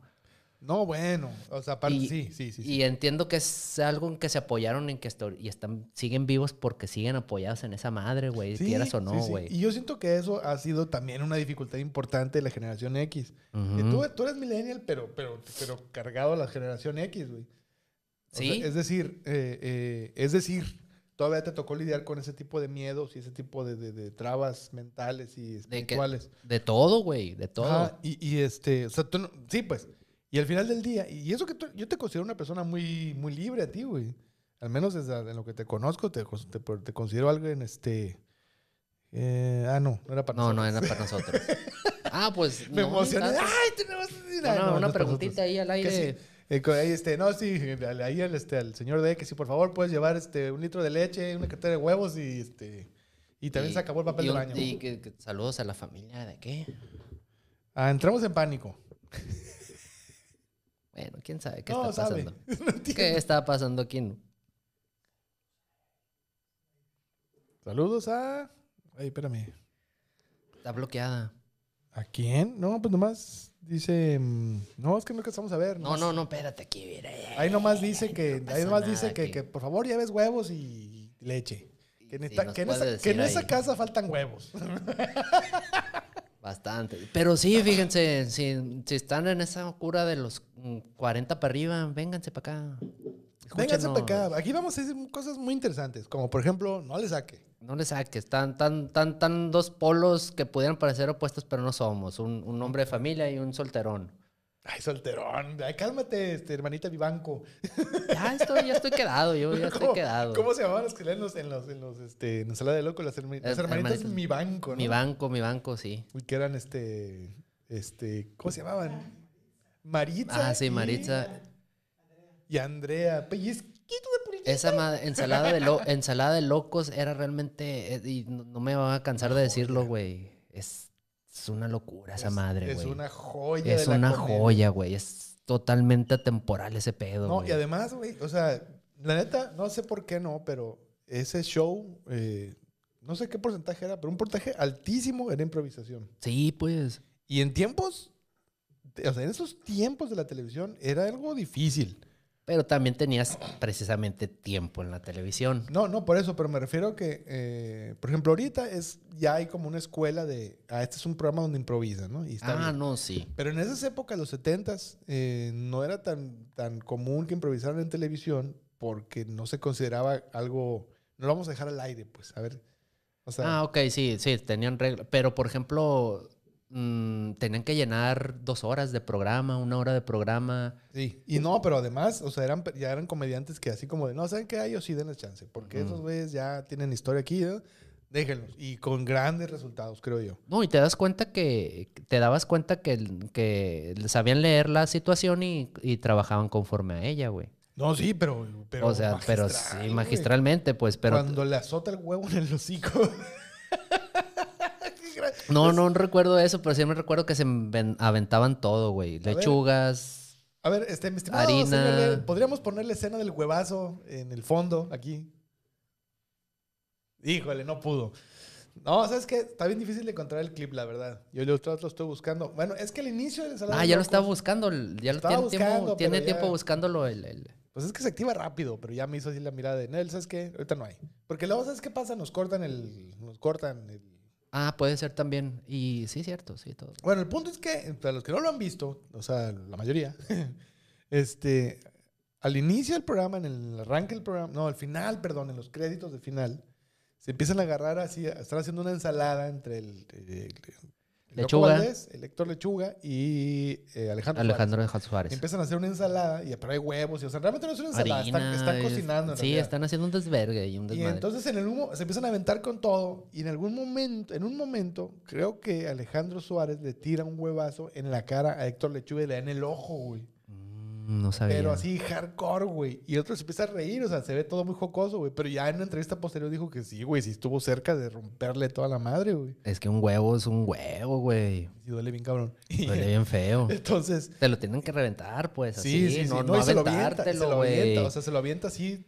Speaker 1: No, bueno. O sea, aparte,
Speaker 2: Y-
Speaker 1: sí, sí, sí. sí.
Speaker 2: Y entiendo que es algo en que se apoyaron en que hasta ahor- y están, siguen vivos porque siguen apoyados en esa madre, güey,
Speaker 1: Sí,
Speaker 2: quieras o
Speaker 1: sí,
Speaker 2: no,
Speaker 1: sí.
Speaker 2: güey.
Speaker 1: Y yo siento que eso ha sido también una dificultad importante de la generación X.
Speaker 2: Ujú.
Speaker 1: Que tú, tú eres millennial, pero, pero, pero cargado a la generación X, güey. O sea,
Speaker 2: Sí.
Speaker 1: es decir, eh, eh, es decir, todavía te tocó lidiar con ese tipo de miedos y ese tipo de, de- de trabas mentales y
Speaker 2: De, que-
Speaker 1: espirituales.
Speaker 2: de todo, güey, de todo.
Speaker 1: Ajá, y, y, este, o sea, tú no- sí, pues. Y al final del día, y eso que tú- yo te considero una persona muy, muy libre a ti, güey. Al menos desde en lo que te conozco, te, cons- te, por- te considero alguien, este. eh, ah, no, no era para
Speaker 2: No, no
Speaker 1: nosotros.
Speaker 2: era para nosotros. ah, pues.
Speaker 1: Me
Speaker 2: no, ni
Speaker 1: emocioné.
Speaker 2: tanto.
Speaker 1: ¡Ay, tenemos.
Speaker 2: Una,
Speaker 1: Ay, no, no
Speaker 2: una
Speaker 1: es para
Speaker 2: preguntita
Speaker 1: nosotros.
Speaker 2: ahí al
Speaker 1: Que
Speaker 2: aire.
Speaker 1: sí, eh, co- ahí, este, no, sí, al- ahí al, este, al señor D, que si por favor puedes llevar este, un litro de leche, una cartera de huevos y este. Y también se acabó el papel
Speaker 2: y
Speaker 1: del
Speaker 2: un-
Speaker 1: baño.
Speaker 2: Y que, que saludos a la familia de qué.
Speaker 1: Ah, entramos en pánico.
Speaker 2: Bueno, quién sabe qué
Speaker 1: no,
Speaker 2: está
Speaker 1: sabe.
Speaker 2: pasando.
Speaker 1: No entiendo.
Speaker 2: ¿Qué está pasando aquí? No,
Speaker 1: Saludos a. Ay, espérame.
Speaker 2: Está bloqueada.
Speaker 1: ¿A quién? No, pues nomás dice. mm, No, es que no alcanzamos a ver.
Speaker 2: No,
Speaker 1: nomás-
Speaker 2: no, no, espérate aquí, mira. eh,
Speaker 1: Ahí nomás dice que.
Speaker 2: no
Speaker 1: ahí
Speaker 2: pasa
Speaker 1: nomás
Speaker 2: nada
Speaker 1: dice que,
Speaker 2: aquí.
Speaker 1: que por favor lleves huevos y leche. Que, en
Speaker 2: Sí,
Speaker 1: esta-
Speaker 2: nos
Speaker 1: que en,
Speaker 2: puede
Speaker 1: esa, que en
Speaker 2: decir
Speaker 1: esa
Speaker 2: ahí.
Speaker 1: casa faltan huevos.
Speaker 2: Bastante. Pero sí, fíjense, si, si están en esa cura de los mm, 40 para arriba, vénganse para acá.
Speaker 1: Vénganse para
Speaker 2: Escúchenos.
Speaker 1: acá. Aquí vamos a decir cosas muy interesantes. Como por ejemplo, no le saque.
Speaker 2: No le saques, tan, tan, tan, tan dos polos que pudieran parecer opuestos, pero no somos. Un, un hombre de familia y un solterón.
Speaker 1: Ay, solterón. Ay, cálmate, este, hermanita Vivanco.
Speaker 2: Ya estoy, ya estoy quedado, yo ya estoy
Speaker 1: ¿Cómo-
Speaker 2: quedado.
Speaker 1: ¿Cómo se llamaban las que leen los, en los, en los, este, en la sala de loco? Las, herma- las
Speaker 2: Eh,
Speaker 1: hermanitas
Speaker 2: hermanitas.
Speaker 1: Mi Banco, ¿no?
Speaker 2: Mi banco, mi banco, sí.
Speaker 1: Uy, que eran este, este, ¿cómo se llamaban? Maritza.
Speaker 2: Ah, sí,
Speaker 1: y-
Speaker 2: Maritza.
Speaker 1: Y, Andrea. Pellizquito de pulquito.
Speaker 2: Esa ma- ensalada, de lo- ensalada de locos era realmente, eh, y no, no me va a cansar de decirlo, güey. Es, es una locura esa
Speaker 1: Es-
Speaker 2: madre,
Speaker 1: Es
Speaker 2: güey.
Speaker 1: una joya.
Speaker 2: Es
Speaker 1: de la
Speaker 2: una
Speaker 1: comedia.
Speaker 2: joya, güey. Es totalmente atemporal ese pedo,
Speaker 1: No,
Speaker 2: güey.
Speaker 1: y además, güey, o sea, la neta, no sé por qué no, pero ese show, eh, no sé qué porcentaje era, pero un porcentaje altísimo era improvisación.
Speaker 2: Sí, pues.
Speaker 1: Y en tiempos, o sea, en esos tiempos de la televisión era algo difícil.
Speaker 2: Pero también tenías precisamente tiempo en la televisión.
Speaker 1: No, no, por eso, pero me refiero que, eh, por ejemplo, ahorita es, ya hay como una escuela de, ah, este es un programa donde improvisan, ¿no? Y está
Speaker 2: ah,
Speaker 1: bien.
Speaker 2: no, sí.
Speaker 1: Pero en esas épocas, los 70s, eh, no era tan, tan común que improvisaran en televisión porque no se consideraba algo, no lo vamos a dejar al aire, pues, a ver. O sea,
Speaker 2: Ah, ok, sí, sí, tenían reglas. Pero, por ejemplo, mm, tenían que llenar dos horas de programa, una hora de programa.
Speaker 1: sí. Y no, pero además, o sea, eran, ya eran comediantes que así como de, no, ¿saben qué? A ellos sí denles chance, porque
Speaker 2: Ujú.
Speaker 1: esos güeyes ya tienen historia aquí, ¿no? Déjenlos. Y con grandes resultados, creo yo.
Speaker 2: No, y te das cuenta que, te dabas cuenta que, el- que sabían leer la situación y, y trabajaban conforme a ella, güey.
Speaker 1: No, sí, pero. pero
Speaker 2: o sea, pero
Speaker 1: magistral,
Speaker 2: sí,
Speaker 1: güey.
Speaker 2: magistralmente, pues, pero
Speaker 1: Cuando le azota el huevo en el hocico. Qué Pues, gra-
Speaker 2: no, no recuerdo eso, pero siempre recuerdo que se ven- aventaban todo, güey.
Speaker 1: ver.
Speaker 2: Lechugas.
Speaker 1: A ver, este, mi estimado
Speaker 2: Harina.
Speaker 1: señor Leo, podríamos poner la escena del huevazo en el fondo, aquí. Híjole, no pudo. No, ¿sabes qué? Está bien difícil de encontrar el clip, la verdad. Yo lo, lo estoy buscando. Bueno, es que el inicio de la ensalada
Speaker 2: Ah,
Speaker 1: de
Speaker 2: ya lo
Speaker 1: locos,
Speaker 2: estaba buscando, el- ya lo
Speaker 1: Estaba
Speaker 2: tiene tiempo,
Speaker 1: buscando,
Speaker 2: tiene
Speaker 1: pero
Speaker 2: tiempo
Speaker 1: ya-
Speaker 2: buscándolo el- el,
Speaker 1: Pues es que se activa rápido, pero ya me hizo así la mirada de Nel, ¿sabes qué? Ahorita no hay. Porque luego, ¿sabes qué pasa? Nos cortan el. Nos cortan el.
Speaker 2: Ah, puede ser también. Y sí, cierto, sí, todo.
Speaker 1: Bueno, el punto es que, para los que no lo han visto, o sea, la mayoría, este, al inicio del programa, en el arranque del programa, no, al final, perdón, en los créditos de final, se empiezan a agarrar así, a estar haciendo una ensalada entre el, el- el- el Loco
Speaker 2: Lechuga.
Speaker 1: Valdés, el Héctor Lechuga y eh, Alejandro.
Speaker 2: Alejandro de Juárez.
Speaker 1: Suárez. Empiezan a hacer una ensalada, y, pero hay huevos, y, o sea, realmente no es una ensalada, están, están
Speaker 2: es-
Speaker 1: cocinando. en
Speaker 2: Sí,
Speaker 1: realidad.
Speaker 2: están haciendo un desvergue y un
Speaker 1: Y
Speaker 2: desmadre.
Speaker 1: entonces en el humo se empiezan a aventar con todo y en algún momento, en un momento, creo que Alejandro Suárez le tira un huevazo en la cara a Héctor Lechuga y le da en el ojo, güey.
Speaker 2: Mm, no sabía.
Speaker 1: Pero así hardcore, güey. Y otro se empieza a reír, o sea, se ve todo muy jocoso, güey. Pero ya en una entrevista posterior dijo que sí, güey, sí estuvo cerca de romperle toda la madre, güey.
Speaker 2: Es que un huevo es un huevo, güey.
Speaker 1: Y duele bien cabrón.
Speaker 2: Huele bien feo.
Speaker 1: Entonces,
Speaker 2: Te lo tienen que reventar, pues.
Speaker 1: Sí,
Speaker 2: Así,
Speaker 1: sí, sí.
Speaker 2: No,
Speaker 1: No,
Speaker 2: no
Speaker 1: y se lo avienta, se
Speaker 2: aventártelo,
Speaker 1: lo
Speaker 2: güey.
Speaker 1: avienta. O sea, se lo avienta así.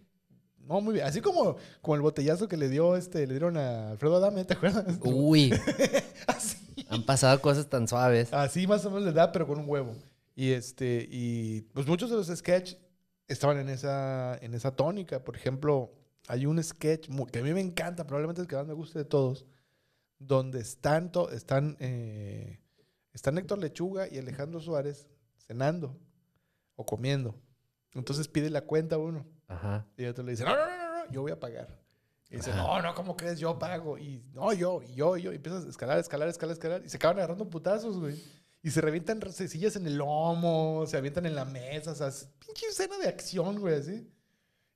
Speaker 1: No, muy bien. Así como, como el botellazo que le dio este, le dieron a Alfredo Adame, ¿te acuerdas?
Speaker 2: Uy,
Speaker 1: Así.
Speaker 2: han pasado cosas tan suaves.
Speaker 1: Así más o menos le da, pero con un huevo. Y este, y pues muchos de los sketch estaban en esa, en esa tónica. Por ejemplo, hay un sketch mu- que a mí me encanta, probablemente el que más me guste de todos, donde están, to- están, eh, están Héctor Lechuga y Alejandro Suárez cenando o comiendo. Entonces pide la cuenta uno.
Speaker 2: Ajá.
Speaker 1: Y el otro le dice, no, no, no, no, no, yo voy a pagar. Y dice,
Speaker 2: Ajá.
Speaker 1: no, no, ¿cómo crees? Yo pago. Y no, yo, y yo, y yo. Y empiezas a escalar, escalar, escalar, escalar. Y se acaban agarrando putazos, güey. Y se revientan sillas en el lomo, se avientan en la mesa, o sea, es pinche escena de acción, güey, así.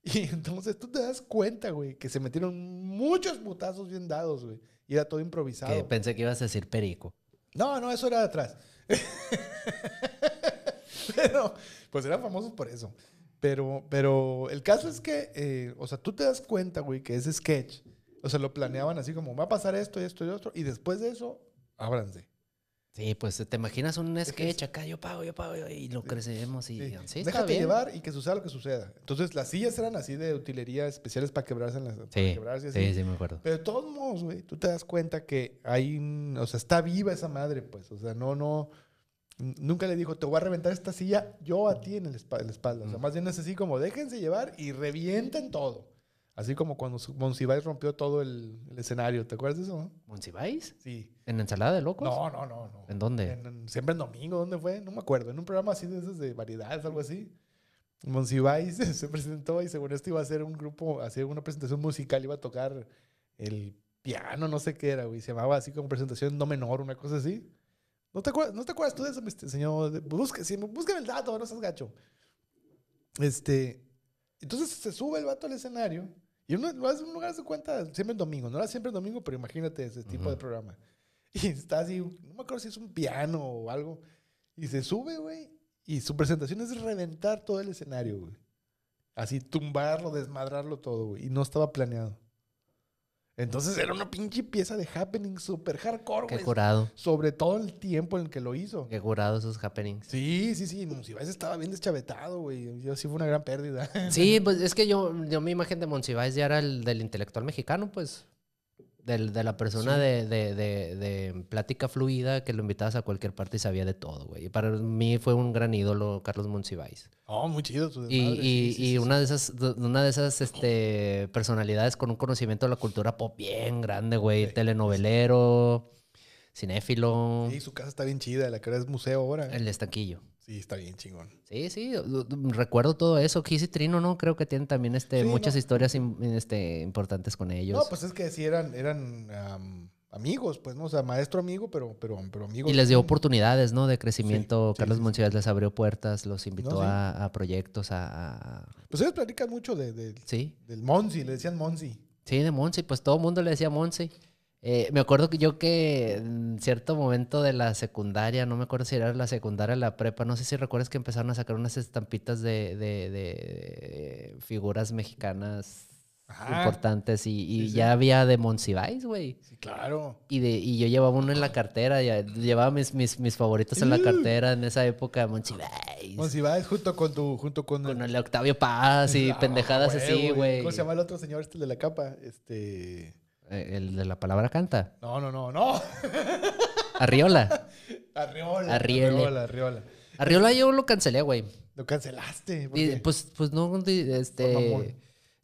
Speaker 1: Y entonces tú te das cuenta, güey, que se metieron muchos putazos bien dados, güey. Y era todo improvisado.
Speaker 2: Que pensé que ibas a decir perico.
Speaker 1: No, no, eso era de atrás. pero, pues eran famosos por eso. Pero, pero el caso es que, eh, o sea, tú te das cuenta, güey, que ese sketch, o sea, lo planeaban así como, va a pasar esto y esto y otro, y después de eso, ábranse.
Speaker 2: Sí, pues te imaginas un
Speaker 1: que
Speaker 2: sketch acá, yo pago, yo pago, y lo crecemos y
Speaker 1: Sí.
Speaker 2: sí, está
Speaker 1: Déjate
Speaker 2: bien.
Speaker 1: llevar y que suceda lo que suceda. Entonces, las sillas eran así de utilería especiales para quebrarse en las... para
Speaker 2: Sí,
Speaker 1: quebrarse y así.
Speaker 2: sí, sí, me acuerdo.
Speaker 1: Pero de todos modos, güey, tú te das cuenta que hay, un- o sea, está viva esa madre, pues, o sea, no, no, n- nunca le dijo, te voy a reventar esta silla yo a ti en la, espa- en la espalda, o sea,
Speaker 2: Mm.
Speaker 1: más bien es así como, déjense llevar y revienten todo. Así como cuando Su- Monsiváis rompió todo el, el escenario, ¿te acuerdas de eso? no? Pues
Speaker 2: ¿Monsiváis?
Speaker 1: Sí.
Speaker 2: ¿En ensalada de locos?
Speaker 1: No, no, no, no.
Speaker 2: ¿En dónde?
Speaker 1: En- en- siempre en domingo, ¿dónde fue? No me acuerdo. En un programa así de esos de variedades, algo así. Monsiváis se presentó y según esto iba a ser un grupo, hacía una presentación musical, iba a tocar el piano, no sé qué era, güey. Se llamaba así como presentación en do menor, una cosa así. ¿No te acuerdas, ¿no te acuerdas tú de eso, mi este, señor? Busca, sí, búscame el dato, no seas gacho. Este, entonces se sube el vato al escenario y uno lo hace en un lugar de cuenta siempre en domingo. No era siempre en domingo, pero imagínate ese tipo de
Speaker 2: Ujú.
Speaker 1: programa. Y está así, no me acuerdo si es un piano o algo. Y se sube, güey, y su presentación es reventar todo el escenario, güey. Así tumbarlo, desmadrarlo todo, güey. Y no estaba planeado. Entonces era una pinche pieza de happening super hardcore,
Speaker 2: Qué
Speaker 1: güey.
Speaker 2: curado.
Speaker 1: Sobre todo el tiempo en el que lo hizo.
Speaker 2: Qué curado esos happenings.
Speaker 1: Sí, sí, sí. Monsiváis estaba bien deschavetado, güey. Yo sí fue una gran pérdida.
Speaker 2: Sí, pues es que yo, yo mi imagen de Monsiváis ya era el del intelectual mexicano, pues. Del, de la persona
Speaker 1: Sí.
Speaker 2: de, de- de- de plática fluida que lo invitabas a cualquier parte y sabía de todo, güey. Y para mí fue un gran ídolo Carlos Monsiváis.
Speaker 1: Oh, muy chido. Su
Speaker 2: Y,
Speaker 1: desmadre,
Speaker 2: y-
Speaker 1: sí, sí,
Speaker 2: y
Speaker 1: sí,
Speaker 2: una de esas, de- una de esas este, personalidades con un conocimiento de la cultura pop bien grande, güey.
Speaker 1: Sí.
Speaker 2: Telenovelero,
Speaker 1: sí.
Speaker 2: cinéfilo,
Speaker 1: Sí, su casa está bien chida. La que ahora es museo ahora.
Speaker 2: el estanquillo.
Speaker 1: Sí, está bien chingón.
Speaker 2: Sí, sí, lo- lo- recuerdo todo eso. Kiss y Trino, ¿no? Creo que tienen también este,
Speaker 1: Sí,
Speaker 2: muchas
Speaker 1: no.
Speaker 2: historias im- este, importantes con ellos.
Speaker 1: No, pues es que sí eran, eran am, amigos, pues, ¿no? O sea, maestro amigo, pero, pero, pero amigos.
Speaker 2: y les dio
Speaker 1: por
Speaker 2: oportunidades, ¿no? De crecimiento.
Speaker 1: sí,
Speaker 2: Carlos
Speaker 1: sí, sí.
Speaker 2: Monsiváis les abrió puertas, los invitó
Speaker 1: sí.
Speaker 2: a, a proyectos, a, a- a-
Speaker 1: Pues ellos platican mucho de, de-
Speaker 2: Sí,
Speaker 1: del Monsi, le decían Monsi.
Speaker 2: sí, de Monsi. Pues todo el mundo le decía Monsi. Eh, me acuerdo que yo que en cierto momento de la secundaria, no me acuerdo si era la secundaria o la prepa, no sé si recuerdas que empezaron a sacar unas estampitas de, de- de figuras mexicanas
Speaker 1: Ajá.
Speaker 2: importantes y, y
Speaker 1: Ah. sí, sí.
Speaker 2: ya había de Monsiváis, güey.
Speaker 1: Sí, claro.
Speaker 2: Y, de, y yo llevaba uno en la cartera, ya- llevaba mis, mis, mis favoritos en la
Speaker 1: Uh.
Speaker 2: cartera en esa época, Monsiváis,
Speaker 1: Monsi va junto con tu, junto con,
Speaker 2: con el Octavio Paz y
Speaker 1: Ah,
Speaker 2: pendejadas así,
Speaker 1: huevo,
Speaker 2: güey.
Speaker 1: ¿Cómo se llama el otro señor este el de la capa? Este.
Speaker 2: Eh, El de la palabra canta.
Speaker 1: No, no, no, no.
Speaker 2: Arriola.
Speaker 1: Arriola.
Speaker 2: Arriele.
Speaker 1: Arriola, Arriola.
Speaker 2: Arriola yo lo cancelé, güey.
Speaker 1: Lo cancelaste. ¿por
Speaker 2: Di-
Speaker 1: qué?
Speaker 2: Pues, pues no, di- este...
Speaker 1: mamón.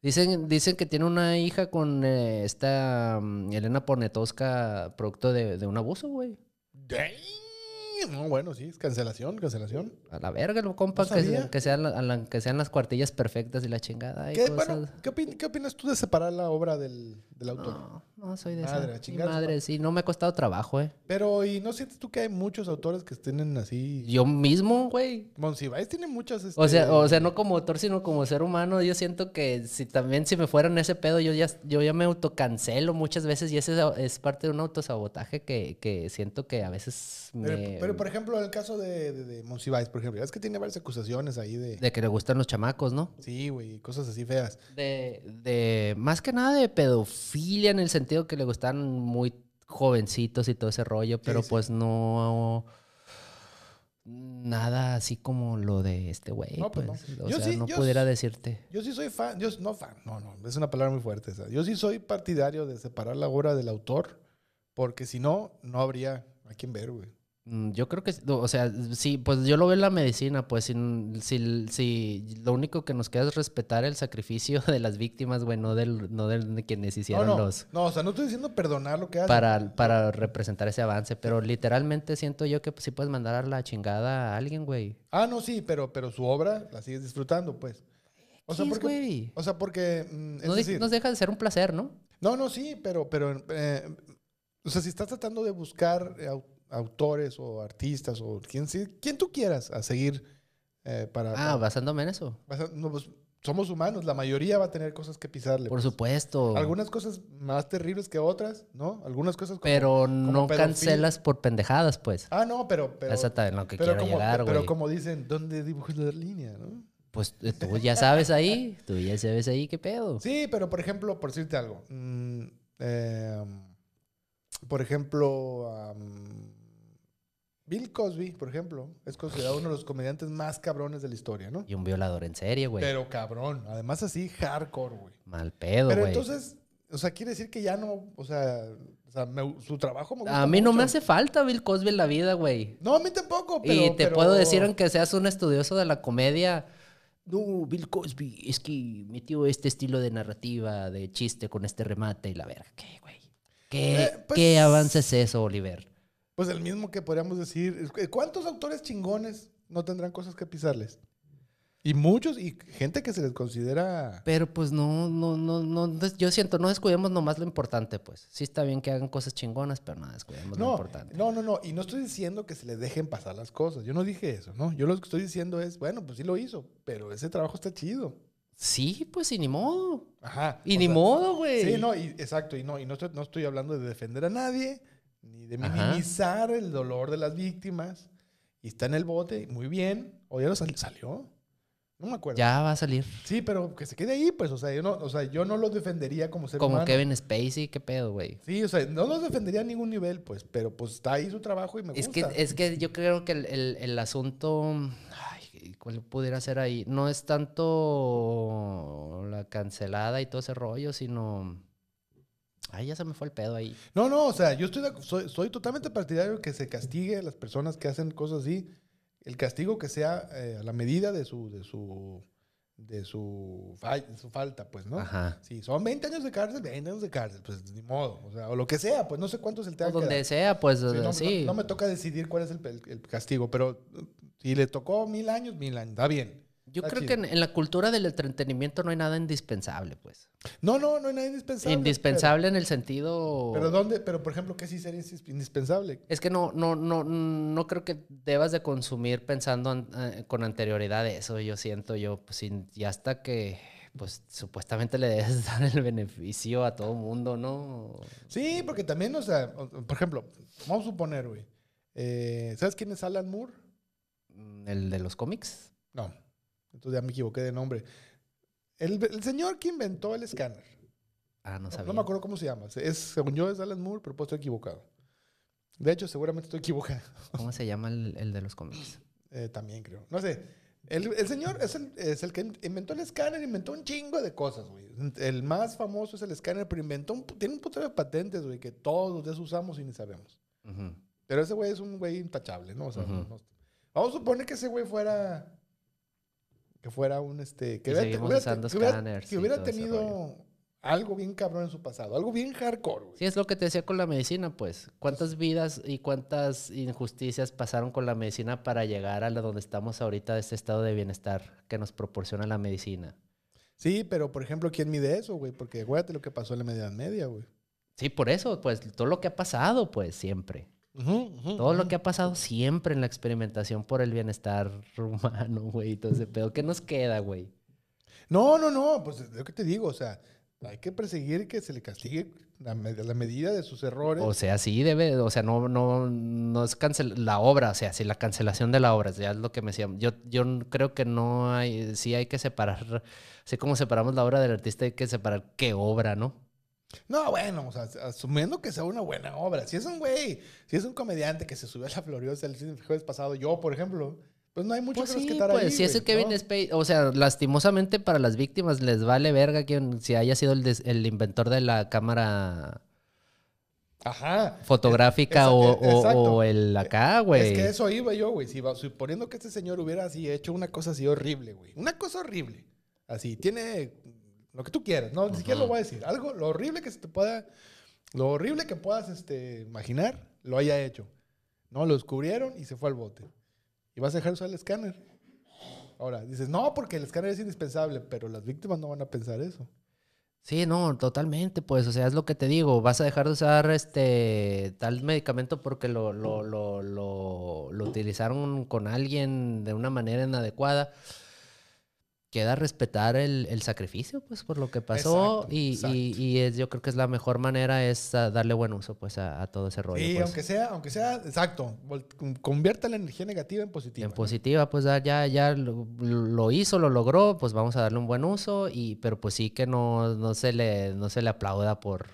Speaker 2: Dicen, dicen que tiene una hija con eh, esta mm, Elena Ponetosca, producto de, de un abuso, güey.
Speaker 1: Damn. No, bueno, sí, es cancelación, cancelación.
Speaker 2: A la verga, lo compa, que, se-
Speaker 1: sabía.
Speaker 2: que sean la- a la- que sean las cuartillas perfectas y la chingada. y
Speaker 1: ¿Qué,
Speaker 2: cosas.
Speaker 1: bueno, ¿qué, opin- qué opinas tú de separar la obra del, del autor?
Speaker 2: No, no soy de
Speaker 1: Madre, a
Speaker 2: esa. Mi
Speaker 1: chingar a su
Speaker 2: madre, sí, no me ha costado trabajo, eh.
Speaker 1: Pero, ¿y no sientes tú que hay muchos autores que estén así?
Speaker 2: Yo mismo, güey.
Speaker 1: Monsiváis tiene muchas.
Speaker 2: O sea,
Speaker 1: este,
Speaker 2: o sea, no como autor, sino como ser humano. Yo siento que si también si me fueran ese pedo, yo ya, yo ya me autocancelo muchas veces y ese es- es parte de un autosabotaje que, que siento que a veces me...
Speaker 1: Pero, pero, por ejemplo, en el caso de, de, de Monsiváis, por ejemplo, es que tiene varias acusaciones ahí de.
Speaker 2: de que le gustan los chamacos, ¿no?
Speaker 1: Sí, güey, cosas así feas.
Speaker 2: De, de- más que nada de pedofilia en el sentido que le gustaban muy jovencitos y todo ese rollo, pero
Speaker 1: sí.
Speaker 2: pues no nada así como lo de este güey.
Speaker 1: No, pues, no.
Speaker 2: pues, O
Speaker 1: Yo
Speaker 2: sea,
Speaker 1: sí-
Speaker 2: no
Speaker 1: yo
Speaker 2: pudiera
Speaker 1: s-
Speaker 2: decirte.
Speaker 1: Yo sí soy fan, yo no fan, no, no, es una palabra muy fuerte esa. Yo sí soy partidario de separar la obra del autor, porque si no, no habría a quién ver, güey.
Speaker 2: Mm, Yo creo que, s- o sea, sí, pues yo lo veo en la medicina, pues si, si, si lo único que nos queda es respetar el sacrificio de las víctimas, güey, no del, no del de quienes hicieron
Speaker 1: no, no,
Speaker 2: los...
Speaker 1: no, o sea, no estoy diciendo perdonar lo que hacen.
Speaker 2: para, para representar ese avance, pero literalmente siento yo que pues, sí puedes mandar a la chingada a alguien, güey.
Speaker 1: Ah, no, sí, pero, pero su obra la sigues disfrutando, pues. O sea,
Speaker 2: X,
Speaker 1: porque,
Speaker 2: güey.
Speaker 1: o sea, porque mm, es
Speaker 2: No de-
Speaker 1: decir,
Speaker 2: nos deja de ser un placer, ¿no?
Speaker 1: no, no, sí, pero, pero, eh, o sea, si estás tratando de buscar eh, au- autores o artistas o quien, sea- quien tú quieras a seguir eh, para,
Speaker 2: Ah,
Speaker 1: para-
Speaker 2: basándome en eso.
Speaker 1: vas a- no, pues, somos humanos, la mayoría va a tener cosas que pisarle.
Speaker 2: Por
Speaker 1: pues.
Speaker 2: supuesto.
Speaker 1: Algunas cosas más terribles que otras, ¿no? Algunas cosas como-
Speaker 2: pero no
Speaker 1: pedofilia.
Speaker 2: cancelas por pendejadas, pues.
Speaker 1: Ah, no, pero... pero
Speaker 2: Esa es lo que
Speaker 1: pero
Speaker 2: quiero
Speaker 1: como,
Speaker 2: llegar,
Speaker 1: pero
Speaker 2: güey.
Speaker 1: como dicen, ¿dónde dibujo la línea, no?
Speaker 2: Pues eh, tú ya sabes ahí, tú ya sabes ahí qué pedo.
Speaker 1: Sí, pero por ejemplo, por decirte algo. mm, em, por ejemplo, am, Bill Cosby, por ejemplo, es considerado uno de los comediantes más cabrones de la historia, ¿no?
Speaker 2: Y un violador en serie, güey.
Speaker 1: Pero cabrón, además así, hardcore, güey.
Speaker 2: Mal pedo,
Speaker 1: Pero
Speaker 2: güey.
Speaker 1: entonces, o sea, quiere decir que ya no, o sea, o sea, me- su trabajo me gusta
Speaker 2: A mí no me
Speaker 1: mucho.
Speaker 2: hace falta Bill Cosby en la vida, güey.
Speaker 1: No, a mí tampoco, pero...
Speaker 2: y te
Speaker 1: pero-
Speaker 2: puedo decir, aunque seas un estudioso de la comedia, no, Bill Cosby, es que metió este estilo de narrativa, de chiste con este remate y la verga. ¿Qué, güey? ¿Qué,
Speaker 1: Eh, pues-
Speaker 2: qué avance es eso, Oliver?
Speaker 1: Pues el mismo que podríamos decir, ¿cuántos autores chingones no tendrán cosas que pisarles? Y muchos, y gente que se les considera.
Speaker 2: Pero pues no, no, no, no, des- yo siento, no descuidemos nomás lo importante, pues. Sí está bien que hagan cosas chingonas, pero no descuidemos lo
Speaker 1: No,
Speaker 2: importante.
Speaker 1: no, no, no. Y no estoy diciendo que se les dejen pasar las cosas. Yo no dije eso, ¿no? Yo lo que estoy diciendo es, bueno, pues sí lo hizo, pero ese trabajo está chido.
Speaker 2: Sí, pues y ni modo.
Speaker 1: Ajá.
Speaker 2: Y
Speaker 1: o
Speaker 2: ni
Speaker 1: sea,
Speaker 2: modo, güey.
Speaker 1: Sí, no, y, exacto. Y no, y no estoy, no estoy hablando de defender a nadie, ni de
Speaker 2: Ajá.
Speaker 1: minimizar el dolor de las víctimas. Y está en el bote, muy bien. O ya lo sal- salió. No me acuerdo.
Speaker 2: Ya va a salir.
Speaker 1: Sí, pero que se quede ahí, pues. O sea, yo no, o sea, yo no lo defendería como ser
Speaker 2: Como
Speaker 1: humano.
Speaker 2: Kevin Spacey, qué pedo, güey.
Speaker 1: Sí, o sea, no los defendería a ningún nivel, pues. Pero pues está ahí su trabajo y me
Speaker 2: Es que,
Speaker 1: gusta.
Speaker 2: es que yo creo que el, el- el asunto, ay, ¿cuál pudiera ser ahí? No es tanto la cancelada y todo ese rollo, sino... Ay, ya se me fue el pedo ahí.
Speaker 1: No, no, o sea, yo estoy, de acu- soy, soy totalmente partidario que se castigue a las personas que hacen cosas así. El castigo que sea eh, a la medida de su, de su, de su, fall- de su falta, pues, ¿no?
Speaker 2: Ajá.
Speaker 1: Si son 20 años de cárcel, 20 años de cárcel, pues ni modo, o sea, o lo que sea, pues no sé cuánto es el
Speaker 2: O
Speaker 1: tema.
Speaker 2: donde sea, pues
Speaker 1: Sí,
Speaker 2: sí.
Speaker 1: no, no- no me toca decidir cuál es el, el- el castigo, pero eh, si le tocó mil años, mil años, está bien.
Speaker 2: Yo
Speaker 1: Está
Speaker 2: creo
Speaker 1: chido.
Speaker 2: que en, en la cultura del entretenimiento no hay nada indispensable, pues.
Speaker 1: No, no, no hay nada indispensable.
Speaker 2: indispensable en el sentido...
Speaker 1: Pero, pero ¿dónde? Pero, por ejemplo, ¿qué sí sería indis- indispensable?
Speaker 2: Es que no, no, no, no creo que debas de consumir pensando an- eh, con anterioridad eso, yo siento yo, pues sin- y hasta que pues supuestamente le debes dar el beneficio a todo mundo, ¿no?
Speaker 1: Sí, porque también, o sea, o- o, por ejemplo, vamos a suponer, güey. eh, ¿Sabes quién es Alan Moore?
Speaker 2: Mm, El de los cómics.
Speaker 1: No, entonces ya me equivoqué de nombre. El, el señor que inventó el escáner.
Speaker 2: Ah, no
Speaker 1: No,
Speaker 2: sabía.
Speaker 1: no me acuerdo cómo se llama. Es, según yo es Alan Moore, pero puedo estar equivocado. De hecho, seguramente estoy equivocado
Speaker 2: ¿Cómo se llama el, el de los cómics?
Speaker 1: eh, también, creo. No sé. El, el señor es el, es el que inventó el escáner, inventó un chingo de cosas, güey. El más famoso es el escáner, pero inventó un, pu- tiene un puto de patentes, güey, que todos los días usamos y ni sabemos.
Speaker 2: Ujú.
Speaker 1: Pero ese güey es un güey intachable, ¿no? O sea,
Speaker 2: Ujú.
Speaker 1: no- vamos a suponer que ese güey fuera. Que fuera un este. Que
Speaker 2: Y
Speaker 1: hubiera,
Speaker 2: seguimos
Speaker 1: hubiera-
Speaker 2: usando
Speaker 1: que hubiera-
Speaker 2: escáneres
Speaker 1: que
Speaker 2: y
Speaker 1: hubiera
Speaker 2: todo ese
Speaker 1: tenido algo bien cabrón en su pasado. Algo bien hardcore, güey.
Speaker 2: Sí, es lo que te decía con la medicina, pues. ¿Cuántas vidas y cuántas injusticias pasaron con la medicina para llegar a la donde estamos ahorita, de este estado de bienestar que nos proporciona la medicina?
Speaker 1: Sí, pero por ejemplo, ¿quién mide eso, güey? Porque acuérdate lo que pasó en la Edad Media, güey.
Speaker 2: Sí, por eso, pues todo lo que ha pasado, pues siempre. Todo lo que ha pasado siempre en la experimentación por el bienestar humano, güey. Entonces, pedo, ¿qué nos queda, güey?
Speaker 1: No, no, no. Pues es lo que te digo, o sea, hay que perseguir que se le castigue a la, med- a la medida de sus errores.
Speaker 2: O sea, sí debe, o sea, no, no, no es cancel la obra, o sea, sí, la cancelación de la obra, ya es lo que me decían. Yo, yo n- creo que no hay, sí hay que separar, así como separamos la obra del artista, hay que separar qué obra, ¿no?
Speaker 1: No, bueno, o sea, asumiendo que sea una buena obra. Si es un güey, si es un comediante que se subió a la Floriosa el jueves pasado, yo, por ejemplo, pues no hay mucho
Speaker 2: Pues
Speaker 1: que
Speaker 2: sí,
Speaker 1: rescatar
Speaker 2: pues,
Speaker 1: ahí,
Speaker 2: si es el
Speaker 1: güey,
Speaker 2: Kevin
Speaker 1: ¿no?
Speaker 2: Spacey, o sea, lastimosamente para las víctimas les vale verga quien, si haya sido el, des- el inventor de la cámara
Speaker 1: Ajá.
Speaker 2: fotográfica
Speaker 1: Esa-
Speaker 2: o,
Speaker 1: e-
Speaker 2: o-
Speaker 1: exacto.
Speaker 2: o el acá, güey.
Speaker 1: Es que eso iba yo, güey. Si, va- suponiendo que este señor hubiera así hecho una cosa así horrible, güey. Una cosa horrible. Así, tiene lo que tú quieras. No, ni siquiera lo
Speaker 2: Ujú.
Speaker 1: voy a decir. Algo, lo horrible que se te pueda, lo horrible que puedas este, imaginar, lo haya hecho. No, lo descubrieron y se fue al bote. Y vas a dejar usar el escáner. Ahora, dices, no, porque el escáner es indispensable, pero las víctimas no van a pensar eso.
Speaker 2: Sí, no, totalmente, pues, o sea, es lo que te digo, vas a dejar de usar este tal medicamento porque lo, lo, lo, lo, lo utilizaron con alguien de una manera inadecuada. Queda respetar el, el sacrificio, pues, por lo que pasó.
Speaker 1: Exacto,
Speaker 2: y
Speaker 1: exacto.
Speaker 2: y, y es, yo creo que es la mejor manera es ah, darle buen uso, pues, a, a todo ese rollo.
Speaker 1: sí,
Speaker 2: pues.
Speaker 1: aunque sea, aunque sea, exacto. vol- Convierta la energía negativa en positiva.
Speaker 2: En
Speaker 1: ¿no?
Speaker 2: positiva, pues ya, ya, ya lo, lo hizo, lo logró, pues vamos a darle un buen uso, y, pero pues sí que no, no se le, no se le aplauda por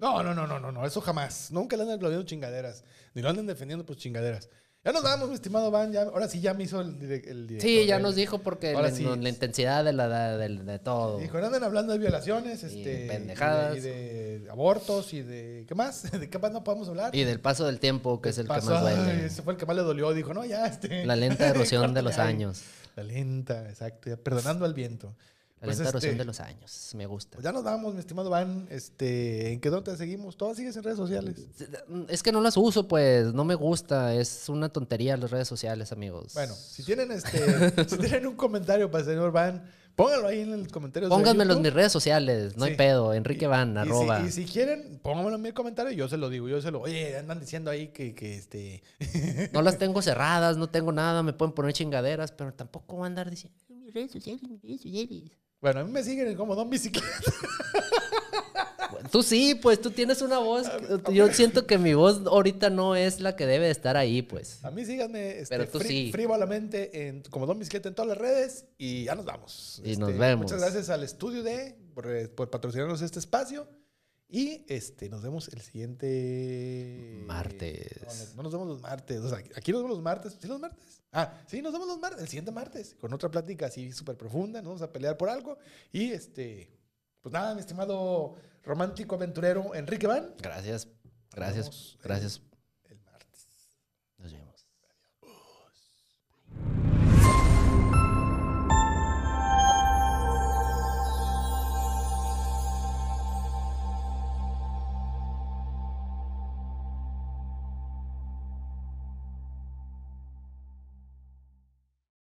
Speaker 1: No, no, no, no, no, no, eso jamás. Nunca le andan aplaudiendo chingaderas. Ni lo andan defendiendo por chingaderas. Ya nos vamos, mi estimado Van. ya- ahora sí ya me hizo el, dire- el director.
Speaker 2: Sí, ya
Speaker 1: el-
Speaker 2: nos dijo porque
Speaker 1: Ahora
Speaker 2: la,
Speaker 1: sí.
Speaker 2: no- la intensidad de la de, de- de todo.
Speaker 1: Dijo, andan hablando de violaciones,
Speaker 2: Y
Speaker 1: este.
Speaker 2: pendejadas.
Speaker 1: Y de, y de abortos y de. ¿Qué más? ¿De qué más no podemos hablar?
Speaker 2: y del paso del tiempo, que es el que
Speaker 1: Pasó,
Speaker 2: más
Speaker 1: ay,
Speaker 2: duele.
Speaker 1: Ese fue el que más le dolió. Dijo, no, ya, este.
Speaker 2: La lenta erosión de los
Speaker 1: córtale ahí.
Speaker 2: años.
Speaker 1: La lenta, exacto. ya perdonando al viento.
Speaker 2: La
Speaker 1: Pues,
Speaker 2: lenta erosión
Speaker 1: este,
Speaker 2: de los años. Me gusta.
Speaker 1: Pues ya nos vamos, mi estimado Van. Este, ¿En qué dónde te seguimos? Todas sigues en redes sociales.
Speaker 2: mm, Es que no las uso, pues. No me gusta. Es una tontería las redes sociales, amigos.
Speaker 1: Bueno, pues, si tienen este, si tienen un comentario para el señor Van, pónganlo ahí en el comentario. de
Speaker 2: Pónganmelo en
Speaker 1: YouTube.
Speaker 2: mis redes sociales. No
Speaker 1: Sí.
Speaker 2: hay pedo. Enrique Van,
Speaker 1: Y si-
Speaker 2: arroba.
Speaker 1: Y si, quieren, pónganmelo en mi comentario y yo se lo digo. Yo se lo, oye, andan diciendo ahí que, que este.
Speaker 2: No las tengo cerradas, no tengo nada. Me pueden poner chingaderas, pero tampoco voy a andar diciendo. "Mis redes sociales, mis redes sociales".
Speaker 1: Bueno, a mí me siguen como Don Bicicleta.
Speaker 2: Tú sí, pues tú tienes una voz. Yo siento que mi voz ahorita no es la que debe de estar ahí, pues.
Speaker 1: A mí síganme este,
Speaker 2: Pero tú
Speaker 1: frí-
Speaker 2: sí.
Speaker 1: frívolamente en, como Don Bicicleta en todas las redes y ya nos vamos. Este,
Speaker 2: Y nos vemos.
Speaker 1: Muchas gracias al estudio de por, eh, por patrocinarnos este espacio. Y este, nos vemos el siguiente
Speaker 2: Martes.
Speaker 1: No, no, no nos vemos los martes. O sea, aquí nos vemos los martes. ¿Sí los martes? Ah, sí, nos vemos los martes, el siguiente martes, con otra plática así súper profunda. Nos vamos a pelear por algo. Y este, pues nada, mi estimado romántico aventurero Enrique Van.
Speaker 2: Gracias,
Speaker 1: Nos
Speaker 2: gracias,
Speaker 1: vemos.
Speaker 2: gracias